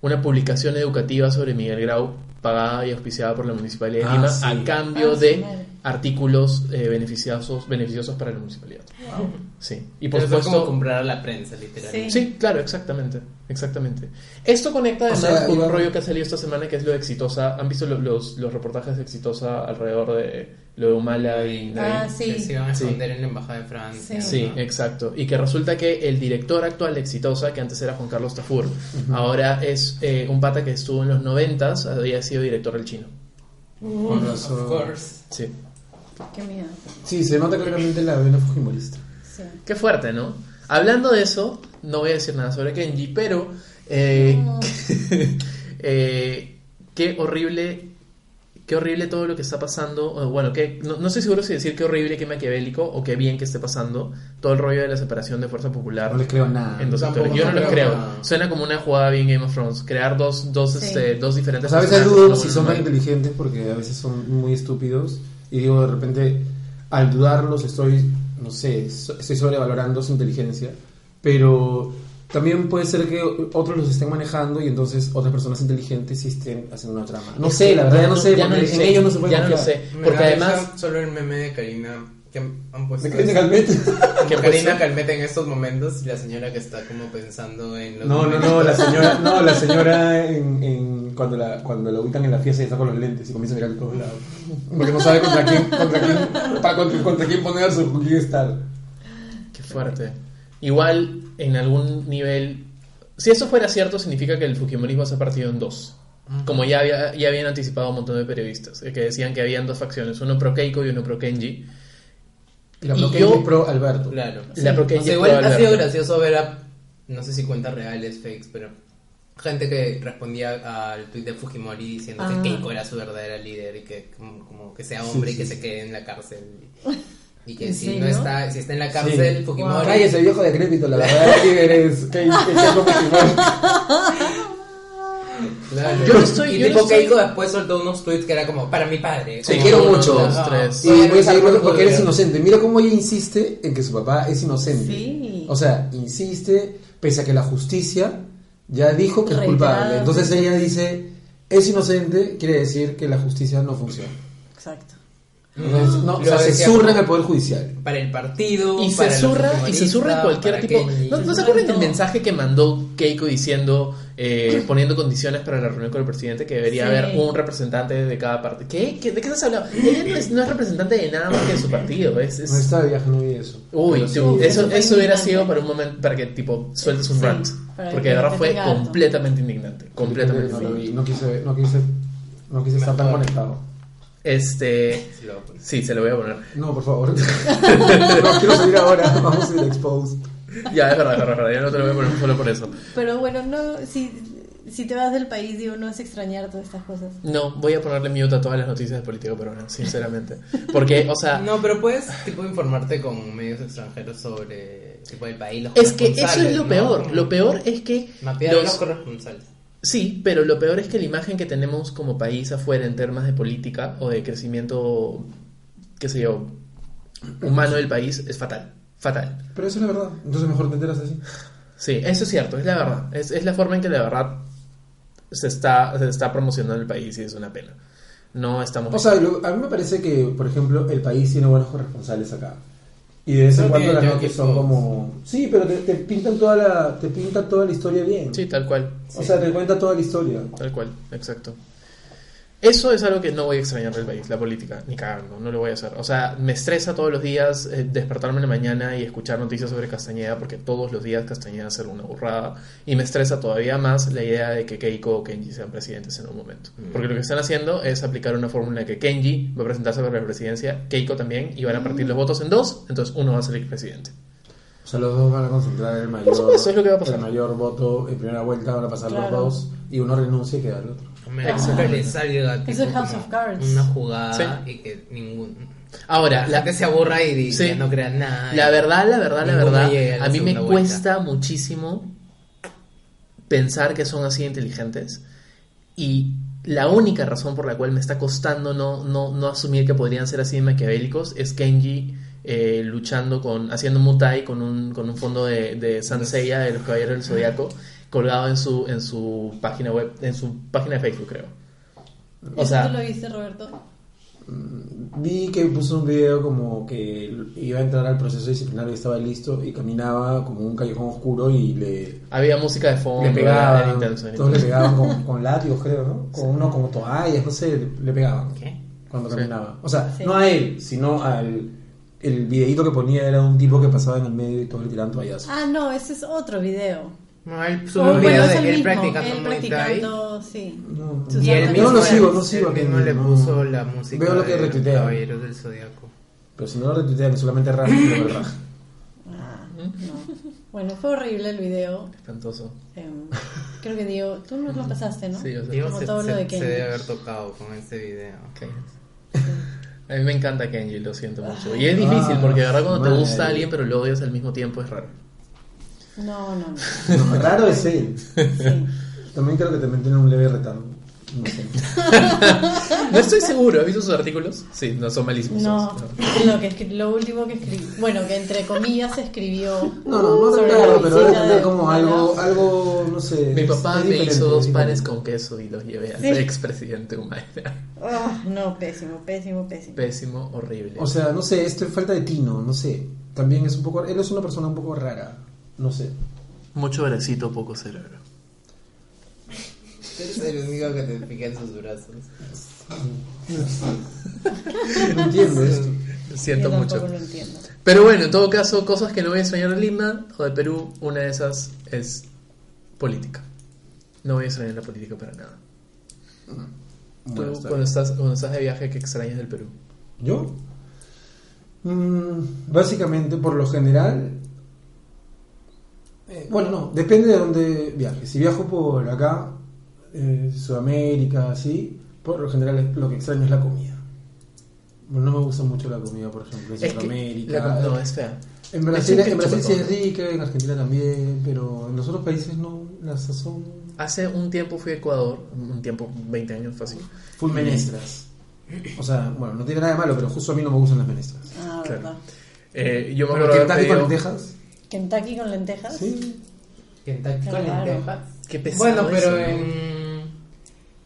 Speaker 4: una publicación educativa sobre Miguel Grau pagada y auspiciada por la municipalidad de
Speaker 1: Ah,
Speaker 4: Lima
Speaker 1: sí.
Speaker 4: a cambio
Speaker 2: Ah, sí,
Speaker 4: de
Speaker 2: madre.
Speaker 4: artículos eh, beneficiosos beneficiosos para la municipalidad sí y por
Speaker 3: Pero eso es como
Speaker 4: supuesto
Speaker 3: comprar a la prensa, literalmente.
Speaker 4: sí claro exactamente exactamente esto conecta además
Speaker 1: sea,
Speaker 4: con un
Speaker 1: igual-
Speaker 4: rollo que ha salido esta semana que es lo de exitosa han visto lo- los, los reportajes de exitosa alrededor de lo de Humala y
Speaker 2: Ah,
Speaker 3: Que
Speaker 2: sí.
Speaker 3: se iban a
Speaker 4: Sí.
Speaker 3: esconder en la embajada de Francia.
Speaker 4: Sí,
Speaker 3: ¿no?
Speaker 4: exacto. Y que resulta que el director actual de Exitosa, que antes era Juan Carlos Tafur, ahora es eh, un pata que estuvo en los noventas, había sido director del chino.
Speaker 1: Con razón.
Speaker 3: Of course.
Speaker 4: Sí.
Speaker 2: Qué miedo.
Speaker 1: sí se nota claramente la vena fujimorista
Speaker 2: Sí.
Speaker 4: Qué fuerte, ¿no? Hablando de eso, no voy a decir nada sobre Kenji, pero eh,
Speaker 2: No.
Speaker 4: eh, qué horrible, qué horrible todo lo que está pasando. o Bueno, que no, no estoy seguro si decir qué horrible, qué maquiavélico o qué bien que esté pasando todo el rollo de la separación de Fuerza Popular.
Speaker 1: no les creo nada
Speaker 4: en dos
Speaker 3: Tampoco
Speaker 4: actores. Yo no
Speaker 3: creo
Speaker 4: lo creo.
Speaker 3: nada.
Speaker 4: Suena como una jugada bien Game of Thrones. Crear dos, dos,
Speaker 2: Sí.
Speaker 4: este, dos
Speaker 1: O
Speaker 4: diferentes
Speaker 1: sea, a veces
Speaker 4: personajes,
Speaker 1: dudo
Speaker 4: uno
Speaker 1: si son tan
Speaker 4: normal.
Speaker 1: inteligentes porque a veces son muy estúpidos y digo de repente al dudarlos estoy no sé so- estoy sobrevalorando su inteligencia pero También puede ser que otros los estén manejando y entonces otras personas inteligentes sí estén haciendo una trama. No sé, la verdad, ya no sé,
Speaker 4: ya no
Speaker 1: porque
Speaker 4: lo
Speaker 1: en
Speaker 4: sé,
Speaker 1: ellos no se puede
Speaker 4: ya no lo
Speaker 1: confiar.
Speaker 4: sé.
Speaker 3: Me
Speaker 4: Porque
Speaker 3: da
Speaker 4: además,
Speaker 3: risa Solo el meme de Karina. Que han puesto.
Speaker 1: ¿De qué te calmete?
Speaker 4: que
Speaker 3: Como
Speaker 4: pues-
Speaker 3: Karina Calmete en estos momentos y la señora que está como pensando en los
Speaker 1: No, no, no,
Speaker 3: momentos.
Speaker 1: la señora, no, la señora en, en- cuando, la, cuando la ubican en la fiesta y está con los lentes y comienza a mirar a todos lados. Porque no sabe contra quién, contra quién, para contra, contra quién ponerse o con quién estar.
Speaker 4: Qué fuerte. Igual, en algún nivel. Si eso fuera cierto, significa que el Fujimorismo se ha partido en dos. Como ya, había- ya habían anticipado un montón de periodistas, eh, que decían que habían dos facciones, uno pro Keiko y uno pro Kenji.
Speaker 1: Y la
Speaker 4: Y
Speaker 1: bloquea
Speaker 4: yo-
Speaker 1: y pro Alberto.
Speaker 3: Claro.
Speaker 4: La pro Kenji
Speaker 3: O sea,
Speaker 4: pro
Speaker 3: igual ha sido
Speaker 4: Alberto.
Speaker 3: gracioso ver a. No sé si cuentas reales, fakes, pero. Gente que respondía al tweet de Fujimori diciendo
Speaker 2: Ah.
Speaker 3: que Keiko era su verdadera líder y que como, como que sea hombre
Speaker 1: Sí,
Speaker 3: y que
Speaker 1: sí,
Speaker 3: se quede en la cárcel. Y, y que
Speaker 2: ¿En
Speaker 3: si
Speaker 2: serio?
Speaker 3: no está, si está en la cárcel,
Speaker 1: Sí.
Speaker 3: Fujimori.
Speaker 1: Cállese, viejo decrépito, la verdad, que eres. Que, que, que- que-
Speaker 3: Claro.
Speaker 4: Yo no estoy-
Speaker 3: y
Speaker 4: yo no
Speaker 3: tipo
Speaker 4: estoy-
Speaker 3: Keiko después soltó unos tweets que era como para mi padre.
Speaker 4: Sí,
Speaker 3: Como,
Speaker 1: quiero
Speaker 3: uno,
Speaker 1: mucho.
Speaker 3: dos,
Speaker 4: Tres.
Speaker 1: y
Speaker 3: Soy
Speaker 1: voy a salir
Speaker 3: Alberto
Speaker 1: con- porque eres
Speaker 3: Fujimori.
Speaker 1: inocente. Mira cómo ella insiste en que su papá es inocente.
Speaker 2: Sí.
Speaker 1: O sea, insiste, pese a que la justicia ya dijo que es
Speaker 2: Reiteradas
Speaker 1: culpable. Entonces
Speaker 2: veces.
Speaker 1: ella dice, es inocente, quiere decir que la justicia no funciona.
Speaker 2: Exacto.
Speaker 1: Entonces, no, o
Speaker 3: Mm. Lo
Speaker 1: sea, se
Speaker 3: decía
Speaker 1: surra en
Speaker 3: como-
Speaker 1: el Poder Judicial.
Speaker 3: Para el partido.
Speaker 4: Y se
Speaker 3: para los
Speaker 4: zurra, y se
Speaker 3: fujimoristas,
Speaker 4: zurra cualquier
Speaker 3: para
Speaker 4: tipo.
Speaker 3: Kenji.
Speaker 4: ¿No, no se
Speaker 2: No,
Speaker 4: acuerdan del
Speaker 2: no.
Speaker 4: mensaje que mandó Keiko diciendo, eh, poniendo condiciones para la reunión con el presidente, que debería
Speaker 2: Sí.
Speaker 4: haber un representante de cada parte? ¿Qué? ¿Qué- ¿De qué estás hablando? Ella no es, no es representante de nada más que de su partido. Es, es-
Speaker 1: No está de viaje, no vi eso.
Speaker 4: Uy,
Speaker 1: Pero sí,
Speaker 4: tú,
Speaker 2: sí,
Speaker 4: eso,
Speaker 2: eso fue
Speaker 4: eso hubiera
Speaker 2: indignante.
Speaker 4: sido para un momento, para que tipo sueltes un
Speaker 2: Sí,
Speaker 4: rant.
Speaker 2: para
Speaker 4: Porque
Speaker 2: que
Speaker 4: de verdad
Speaker 2: te
Speaker 4: fue
Speaker 2: tenga harto.
Speaker 4: completamente indignante. Completamente
Speaker 1: No, lo
Speaker 4: indignante.
Speaker 1: vi, no quise, ver- no quise, no quise estar tan
Speaker 3: Mejor.
Speaker 1: conectado.
Speaker 4: Este.
Speaker 3: Se lo-
Speaker 4: Sí, se lo voy a poner.
Speaker 1: No, por favor. no quiero salir ahora. Vamos a ir exposed.
Speaker 4: Ya, es verdad, es verdad, es verdad. Yo no te lo voy a poner solo por eso.
Speaker 2: Pero bueno, no, si, si te vas del país, digo, no es extrañar todas estas cosas.
Speaker 4: No, voy a ponerle mute a todas las noticias de política peruana, sinceramente. Porque, o sea,
Speaker 3: No, pero puedes tipo informarte con medios extranjeros sobre tipo el país, los
Speaker 4: es que eso es
Speaker 3: corresponsales,
Speaker 4: lo
Speaker 3: ¿no?
Speaker 4: peor.
Speaker 3: Como
Speaker 4: Lo peor es que.
Speaker 3: Mapear los,
Speaker 4: los-
Speaker 3: corresponsales.
Speaker 4: Sí, pero lo peor es que la imagen que tenemos como país afuera en temas de política o de crecimiento, qué sé yo, humano del país es fatal. Fatal.
Speaker 1: Pero eso es la verdad. Entonces mejor te enteras así.
Speaker 4: Sí, eso es cierto, es la verdad. Es, es la forma en que la verdad se está, se está promocionando el país y es una pena. No estamos.
Speaker 1: O sea, lo- a mí me parece que, por ejemplo, el país tiene buenos corresponsales acá. Y de vez en
Speaker 3: Creo
Speaker 1: cuando
Speaker 3: que
Speaker 1: las
Speaker 3: ya
Speaker 1: noticias
Speaker 3: que
Speaker 1: son
Speaker 3: todos.
Speaker 1: como... Sí, pero te, te pintan toda la, te pintan toda la historia bien.
Speaker 4: sí, tal cual.
Speaker 1: O sea, te cuenta toda la historia.
Speaker 4: Tal cual, exacto. Eso es algo que no voy a extrañar del país, la política, ni cagando, no lo voy a hacer. O sea, me estresa todos los días eh, despertarme en la mañana y escuchar noticias sobre Castañeda, porque todos los días Castañeda hacer una burrada. Y me estresa todavía más la idea de que Keiko o Kenji sean presidentes en un momento.
Speaker 3: Mm.
Speaker 4: Porque lo que están haciendo es aplicar una fórmula que Kenji va a presentarse para la presidencia, Keiko también, y van a partir los votos en dos, entonces uno va a salir presidente.
Speaker 1: O sea, los dos van a concentrar el mayor...
Speaker 4: supuesto, es lo que va a pasar.
Speaker 1: El mayor voto en primera vuelta van a pasar
Speaker 2: Claro.
Speaker 1: los dos. Y uno renuncia y queda el otro.
Speaker 3: Me gusta que le salga tipo,
Speaker 2: Es el House
Speaker 3: como
Speaker 2: of Cards.
Speaker 3: una jugada y que ningún
Speaker 4: Ahora,
Speaker 3: la
Speaker 4: la,
Speaker 3: gente se aburra y diga,
Speaker 4: Sí.
Speaker 3: no crean nada.
Speaker 4: La verdad, la verdad, la
Speaker 3: Ninguno
Speaker 4: verdad,
Speaker 3: llega a la
Speaker 4: a mí me
Speaker 3: segunda vuelta.
Speaker 4: cuesta muchísimo pensar que son así de inteligentes y la única razón por la cual me está costando no, no, no asumir que podrían ser así de maquiavélicos es Kenji eh, luchando con, haciendo mutai con un, con un fondo de, de Saint Seiya, de los Caballeros del Zodiaco colgado en su, en su página web, en su página de Facebook creo. O
Speaker 2: ¿Eso
Speaker 4: sea,
Speaker 2: tú lo viste, Roberto?
Speaker 1: Vi que puso un video como que iba a entrar al proceso disciplinario y estaba listo y caminaba como un callejón oscuro y le,
Speaker 4: había música de fondo,
Speaker 1: le
Speaker 4: era
Speaker 1: pegaban.
Speaker 4: intenso, era
Speaker 1: todos le
Speaker 4: intenso.
Speaker 1: pegaban con, con látigos, creo, ¿no? Con uno como toallas, no sé, le, le pegaban
Speaker 3: ¿Qué?
Speaker 1: cuando
Speaker 4: Sí.
Speaker 1: caminaba. O sea,
Speaker 2: Sí.
Speaker 1: no a él, sino al... El videito que ponía era un tipo que pasaba en el medio y todos le tiraban toallas.
Speaker 2: Ah, no, ese es otro video.
Speaker 3: No, él
Speaker 2: Oh,
Speaker 3: sube un
Speaker 2: bueno,
Speaker 3: video
Speaker 2: es el
Speaker 3: de él
Speaker 2: mismo,
Speaker 3: practicando
Speaker 2: él
Speaker 3: Muay Thai.
Speaker 2: practicando, sí.
Speaker 1: No, no.
Speaker 2: Sus
Speaker 3: Y él
Speaker 2: Yo
Speaker 3: mismo,
Speaker 1: no lo
Speaker 3: él-
Speaker 1: sigo, no sigo
Speaker 3: él
Speaker 1: a
Speaker 3: mismo
Speaker 1: Kenji,
Speaker 3: le
Speaker 1: no.
Speaker 3: puso la música
Speaker 1: Veo lo que
Speaker 3: de
Speaker 1: retuitea.
Speaker 3: Caballeros del Zodíaco.
Speaker 1: Pero si no lo retuitean, solamente raja, pero el raja.
Speaker 2: No. Bueno, fue horrible el video.
Speaker 4: Espantoso.
Speaker 2: Em, creo que digo, tú no lo pasaste, ¿no?
Speaker 4: Sí, yo sé.
Speaker 3: Diego
Speaker 2: Como
Speaker 3: se,
Speaker 2: todo lo
Speaker 3: se-
Speaker 2: de
Speaker 3: se
Speaker 2: Kenji.
Speaker 3: debe haber tocado con este video.
Speaker 4: A mí me encanta Kenji, lo siento mucho. Y es difícil porque de verdad cuando te
Speaker 1: Ah, madre.
Speaker 4: gusta alguien pero lo odias al mismo tiempo es raro.
Speaker 2: No, no, no.
Speaker 1: No, raro es él.
Speaker 2: Sí.
Speaker 1: También creo que también tiene un leve retardo. No sé.
Speaker 4: No estoy seguro, ¿has visto sus artículos? Sí, no son malísimos.
Speaker 2: No,
Speaker 4: son-
Speaker 2: lo, que escri- lo último que escribí. Bueno, que entre comillas escribió.
Speaker 1: No, no, no tan
Speaker 2: sobre la
Speaker 1: claro, pero debe
Speaker 2: visita
Speaker 1: tener
Speaker 2: de-
Speaker 1: como algo, algo, no sé.
Speaker 4: Mi
Speaker 1: es-
Speaker 4: papá
Speaker 1: es
Speaker 4: me
Speaker 1: diferente,
Speaker 4: hizo dos
Speaker 1: es
Speaker 4: panes
Speaker 1: diferente.
Speaker 4: con queso y los llevé al
Speaker 2: Sí.
Speaker 4: expresidente Humaira.
Speaker 2: Ah, no, pésimo, pésimo, pésimo.
Speaker 4: Pésimo, horrible.
Speaker 1: O sea, no sé, esto es falta de tino, no sé. También es un poco. Él es una persona un poco rara, no sé.
Speaker 4: Mucho bracito, poco cerebro.
Speaker 3: Eres el único que te pica en sus brazos.
Speaker 1: No entiendo esto.
Speaker 4: Lo
Speaker 2: Yo
Speaker 4: siento
Speaker 2: tampoco
Speaker 4: mucho.
Speaker 2: lo entiendo.
Speaker 4: Pero bueno, en todo caso, cosas que no voy a extrañar de Lima o de Perú, una de esas es política. No voy a extrañar la política para nada. Tú,
Speaker 1: Bueno, está
Speaker 4: cuando, estás, cuando estás de viaje, ¿qué extrañas del Perú?
Speaker 1: ¿Yo? Mm, básicamente, por lo general. eh, bueno, no, depende de dónde viaje. Si viajo por acá, eh, Sudamérica, así, por lo general lo que extraño es la comida. No me gusta mucho la comida, por ejemplo, en
Speaker 4: Es que
Speaker 1: Sudamérica.
Speaker 4: la- no, es fea.
Speaker 1: en Brasil,
Speaker 4: es que
Speaker 1: en Brasil sí
Speaker 4: chocó.
Speaker 1: es rica, en Argentina también, pero en los otros países no, la sazón.
Speaker 4: Hace un tiempo fui a Ecuador, un tiempo, 20 años fácil.
Speaker 1: Full menestras. O sea, bueno, no tiene nada de malo, pero justo a mí no me gustan las menestras.
Speaker 2: Ah,
Speaker 4: Claro.
Speaker 2: verdad.
Speaker 4: Eh, yo me acuerdo
Speaker 1: Pero
Speaker 4: Ah,
Speaker 1: que
Speaker 4: haber
Speaker 1: estás con
Speaker 4: pedido-
Speaker 1: lentejas.
Speaker 2: Kentucky con lentejas.
Speaker 1: Sí.
Speaker 3: Kentucky
Speaker 2: Qué
Speaker 3: con
Speaker 2: raro.
Speaker 3: lentejas.
Speaker 4: Qué pesado
Speaker 3: Bueno, pero
Speaker 4: eso, ¿no?
Speaker 3: en,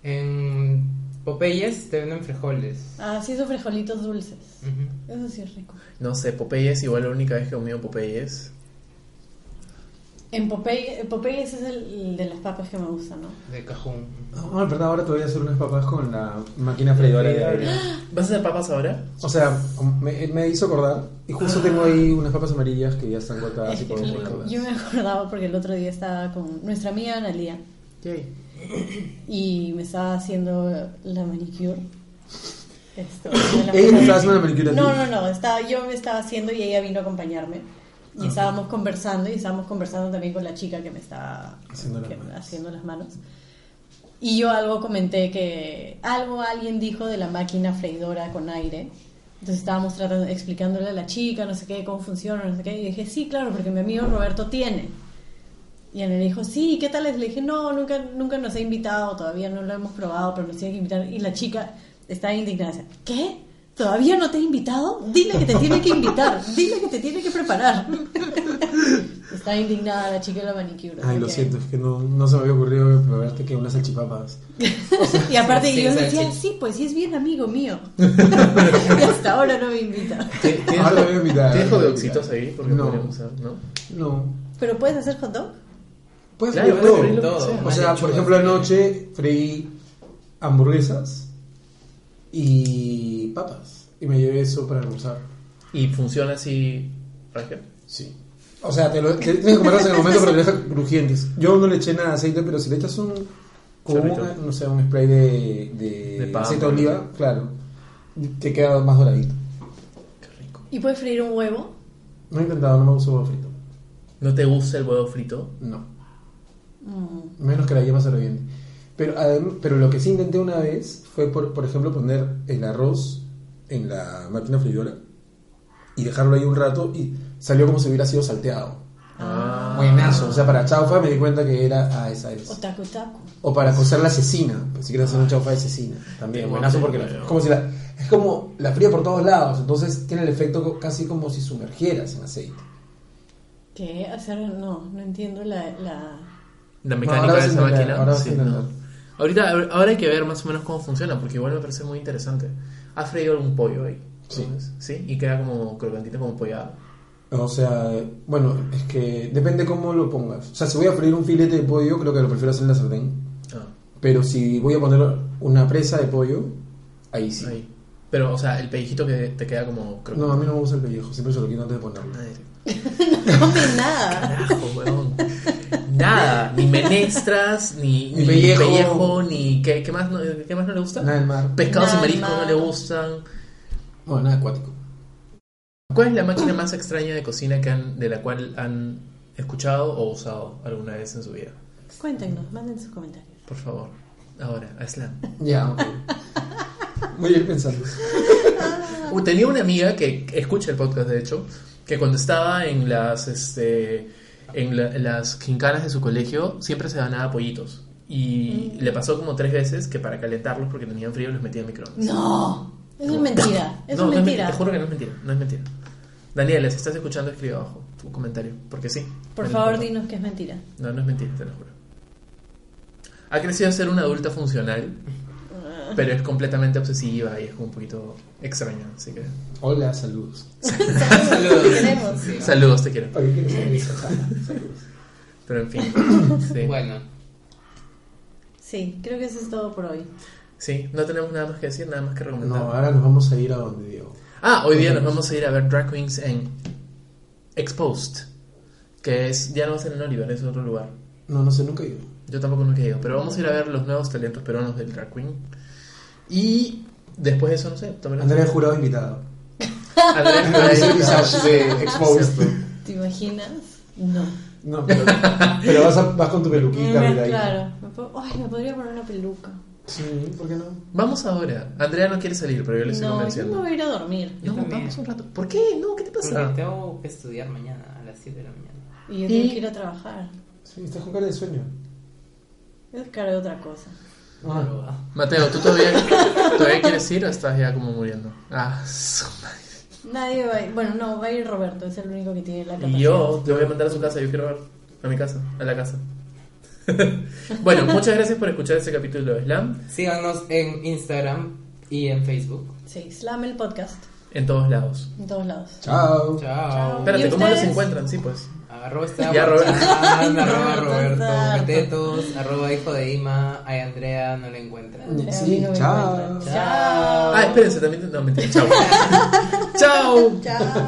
Speaker 3: en Popeyes te venden frijoles.
Speaker 2: Ah, sí, esos frijolitos dulces.
Speaker 3: Ujú.
Speaker 2: Eso sí es rico.
Speaker 4: No sé, Popeyes, igual la única vez que he comido Popeyes.
Speaker 2: En Popeye, Popeye ese es el, el de las papas que me gustan, ¿no?
Speaker 3: De cajón.
Speaker 1: Ah, verdad, ahora te voy a hacer unas papas con la máquina freidora de aire.
Speaker 4: ¿Vas a hacer papas ahora?
Speaker 1: O sea, me, me hizo acordar. Y justo tengo ahí unas papas amarillas que ya están cortadas y
Speaker 2: Es que
Speaker 1: podemos comerlas.
Speaker 2: yo me acordaba porque el otro día estaba con nuestra amiga Analia
Speaker 4: Yay.
Speaker 2: y me estaba haciendo la manicure. Esto,
Speaker 1: Ella me estaba haciendo la manicure a ti.
Speaker 2: No, no, no, estaba, yo me estaba haciendo y ella vino a acompañarme.
Speaker 1: Ah.
Speaker 2: Y estábamos conversando y estábamos conversando también con la chica que me estaba
Speaker 1: Haciendo las
Speaker 2: que-
Speaker 1: manos.
Speaker 2: haciendo las manos. Y yo algo comenté que algo alguien dijo de la máquina freidora con aire. Entonces estábamos tratando, explicándole a la chica, no sé qué, cómo funciona, no sé qué. Y dije, sí, claro, porque mi amigo Roberto tiene. Y él me dijo, sí, ¿qué tal es? Le dije, no, nunca, nunca nos ha invitado, todavía no lo hemos probado, pero nos tiene que invitar. Y la chica está indignada. dice, ¿Qué? ¿Todavía no te ha invitado? Dile que te tiene que invitar, dile que te tiene que preparar. está indignada la chica de la manicura.
Speaker 1: Ay,
Speaker 2: así
Speaker 1: lo
Speaker 2: que-
Speaker 1: siento, es que no, no se me había ocurrido probarte que unas salchipapas.
Speaker 2: Y aparte
Speaker 3: Sí,
Speaker 2: yo
Speaker 3: sí,
Speaker 2: decía,
Speaker 3: sí.
Speaker 2: sí, pues sí es bien amigo mío. y hasta ahora no me invita.
Speaker 4: ¿Tienes
Speaker 1: Ahora lo voy a invitar,
Speaker 4: ¿tienes
Speaker 1: ahora lo voy a
Speaker 4: jodoxitos
Speaker 1: invitar.
Speaker 4: ahí? Porque
Speaker 1: No.
Speaker 4: podríamos usar, ¿no?
Speaker 1: No.
Speaker 2: ¿Pero puedes hacer hot dog?
Speaker 1: Puedes
Speaker 4: Claro,
Speaker 1: freír
Speaker 4: puedes
Speaker 1: todo.
Speaker 4: freír
Speaker 3: lo que sea.
Speaker 1: O sea, por ejemplo, anoche freí hamburguesas y papas. Y me llevé eso para almorzar.
Speaker 4: Y funciona así. Ángel.
Speaker 1: Sí. O sea, te lo te tienes que comerlas en el momento, pero te dejan crujientes. Yo no le eché nada de aceite, pero si le echas un. Como
Speaker 4: Chorrito.
Speaker 1: una- no sé, un spray de, de,
Speaker 4: De pan,
Speaker 1: aceite de
Speaker 4: ¿no?
Speaker 1: oliva, claro. Te queda más doradito.
Speaker 4: Qué rico.
Speaker 2: ¿Y puedes freír un huevo?
Speaker 1: No he intentado, no me gusta huevo frito.
Speaker 4: ¿No te gusta el huevo frito?
Speaker 1: No.
Speaker 2: Mm.
Speaker 1: Menos que la yema se lo viene. Pero, adem- pero lo que sí intenté una vez fue, por, por ejemplo, poner el arroz en la máquina freidora y dejarlo ahí un rato y salió como si hubiera sido salteado.
Speaker 4: Ah.
Speaker 1: Buenazo. O sea, para chaufa me di cuenta que era. Ah, esa es.
Speaker 2: O taco taco.
Speaker 1: O para cocer la asesina. pues, si quieres hacer un chaufa de asesina. También,
Speaker 4: Qué
Speaker 1: buenazo
Speaker 4: guapo,
Speaker 1: porque la-
Speaker 4: weón.
Speaker 1: como si la, es como la fría por todos lados. Entonces tiene el efecto co- casi como si sumergieras en aceite.
Speaker 2: ¿Qué? Hacer, no, no entiendo la... la...
Speaker 4: La
Speaker 1: No,
Speaker 4: mecánica
Speaker 1: ahora
Speaker 4: de
Speaker 1: vas
Speaker 4: esa
Speaker 1: a entender,
Speaker 4: máquina.
Speaker 1: ahora vas a
Speaker 4: sí,
Speaker 1: entender.
Speaker 4: no. Ahorita, ahora hay que ver más o menos cómo funciona, porque igual me parece muy interesante. ¿Has freído algún pollo ahí?
Speaker 1: Sí.
Speaker 4: Entonces, ¿Sí? Y queda como crocantito, como pollado.
Speaker 1: O sea, bueno, es que depende cómo lo pongas. O sea, si voy a freír un filete de pollo, creo que lo prefiero hacer en la sartén.
Speaker 4: Ah,
Speaker 1: Pero si voy a poner una presa de pollo, ahí sí.
Speaker 4: ahí. Pero, o sea, el pellizquito que te queda como crocante.
Speaker 1: No, a mí no me gusta el pellejo, siempre se lo quito antes de ponerlo.
Speaker 4: Madre.
Speaker 2: No de nada.
Speaker 4: Carajo, weón. Nada, ni menestras, ni,
Speaker 1: Ni
Speaker 4: ni
Speaker 1: pellejo.
Speaker 4: pellejo. ni ¿qué, qué más no, qué más no le gusta.
Speaker 1: Nada del mar.
Speaker 4: Pescados
Speaker 2: Nada,
Speaker 4: y mariscos no
Speaker 2: nada.
Speaker 4: le gustan.
Speaker 1: Bueno, nada acuático.
Speaker 4: ¿Cuál es la máquina más extraña de cocina que han, de la cual han escuchado o usado alguna vez en su vida?
Speaker 2: Cuéntenos, manden sus comentarios.
Speaker 4: Por favor. Ahora, a Slam.
Speaker 1: Ya, ok. Voy a ir pensando.
Speaker 4: Uh, Tenía una amiga que escucha el podcast, de hecho, que cuando estaba en las, este, en la- en las quincanas de su colegio siempre se ganaba pollitos. Y
Speaker 2: Mm.
Speaker 4: Y le pasó como tres veces que para calentarlos, porque tenían frío, los metía en microondas.
Speaker 2: No, eso es mentira. Eso
Speaker 4: no,
Speaker 2: es
Speaker 4: no
Speaker 2: mentira.
Speaker 4: es, te juro que no es mentira, no es mentira. Daniela, si estás escuchando, escribe abajo tu comentario, porque sí.
Speaker 2: Por
Speaker 4: me lo
Speaker 2: favor,
Speaker 4: juro.
Speaker 2: dinos que es mentira.
Speaker 4: No, no es mentira, te lo juro. Ha crecido a ser una adulta funcional, pero es completamente obsesiva y es como un poquito extraña, así que...
Speaker 1: Hola, saludos.
Speaker 3: Saludos.
Speaker 2: Tenemos.
Speaker 3: Sí.
Speaker 4: Saludos, te quiero.
Speaker 1: Oye, ¿qué quieres saber? Saludos.
Speaker 4: Pero en fin, sí.
Speaker 3: Bueno,
Speaker 2: Sí, creo que eso es todo por hoy.
Speaker 4: Sí, no tenemos nada más que decir, nada más que
Speaker 1: No, ¿eh?
Speaker 4: recomendar.
Speaker 1: ahora nos vamos a ir a donde Diego.
Speaker 4: Ah, hoy día nos vamos a ir a ver Drag Queens en Exposed, que es ya no va a ser en Oliver, es otro lugar.
Speaker 1: No, no sé, nunca he ido.
Speaker 4: Yo tampoco nunca he ido, pero vamos a ir a ver los nuevos talentos peruanos del Drag Queen. Y después de eso, no sé, tomaremos-
Speaker 1: Andrés Jurado invitado.
Speaker 4: Andrea Jurado
Speaker 1: Andrés
Speaker 4: invitado.
Speaker 1: Visage de Exposed.
Speaker 2: ¿Te imaginas? No.
Speaker 1: No, pero, pero vas, a- vas con tu peluquita,
Speaker 2: Mm,
Speaker 1: mira ahí.
Speaker 2: claro. Me puedo- Ay, me podría poner una peluca.
Speaker 1: Sí, ¿por qué no?
Speaker 4: Vamos ahora. Andrea no quiere salir, pero yo le estoy
Speaker 2: No, yo me
Speaker 4: convenciendo.
Speaker 2: voy a ir a dormir.
Speaker 4: No,
Speaker 3: Yo también.
Speaker 4: vamos un rato. ¿Por qué? No, ¿qué te
Speaker 3: porque
Speaker 4: pasa?
Speaker 3: tengo que estudiar mañana a las 7 de la mañana.
Speaker 2: Y yo
Speaker 4: Y-
Speaker 2: tengo que ir a trabajar.
Speaker 1: Sí, estás con cara de sueño.
Speaker 2: Es cara de otra cosa.
Speaker 1: Ah,
Speaker 3: Pero, ah,
Speaker 4: Mateo, ¿tú todavía, todavía quieres ir o estás ya como muriendo? Ah, su madre.
Speaker 2: Nadie va a ir. Bueno, no, va a ir Roberto. Es el único que tiene la capacidad.
Speaker 4: Y yo te voy a mandar a su casa, yo quiero ver a mi casa, a la casa. bueno, muchas gracias por escuchar este capítulo de Slam
Speaker 3: Síganos en Instagram y en Facebook.
Speaker 2: Sí, slam el podcast.
Speaker 4: en todos lados.
Speaker 2: En todos lados.
Speaker 1: Chao.
Speaker 3: Chao.
Speaker 4: Espérate,
Speaker 2: ¿Y
Speaker 4: ¿cómo los
Speaker 2: ustedes?
Speaker 4: encuentran? Sí, pues.
Speaker 3: Agarró esta
Speaker 4: Ya, Roberto.
Speaker 3: guachana, arroba
Speaker 2: Roberto.
Speaker 3: Roberto Petetos, arroba hijo de Ima, ay Andrea, no la encuentra.
Speaker 1: Sí,
Speaker 2: Pero a mí no me
Speaker 1: chao.
Speaker 2: encuentran.
Speaker 3: Chao.
Speaker 4: Ah, espérense, también. No, mentira. Chao. Chao.
Speaker 2: Chao.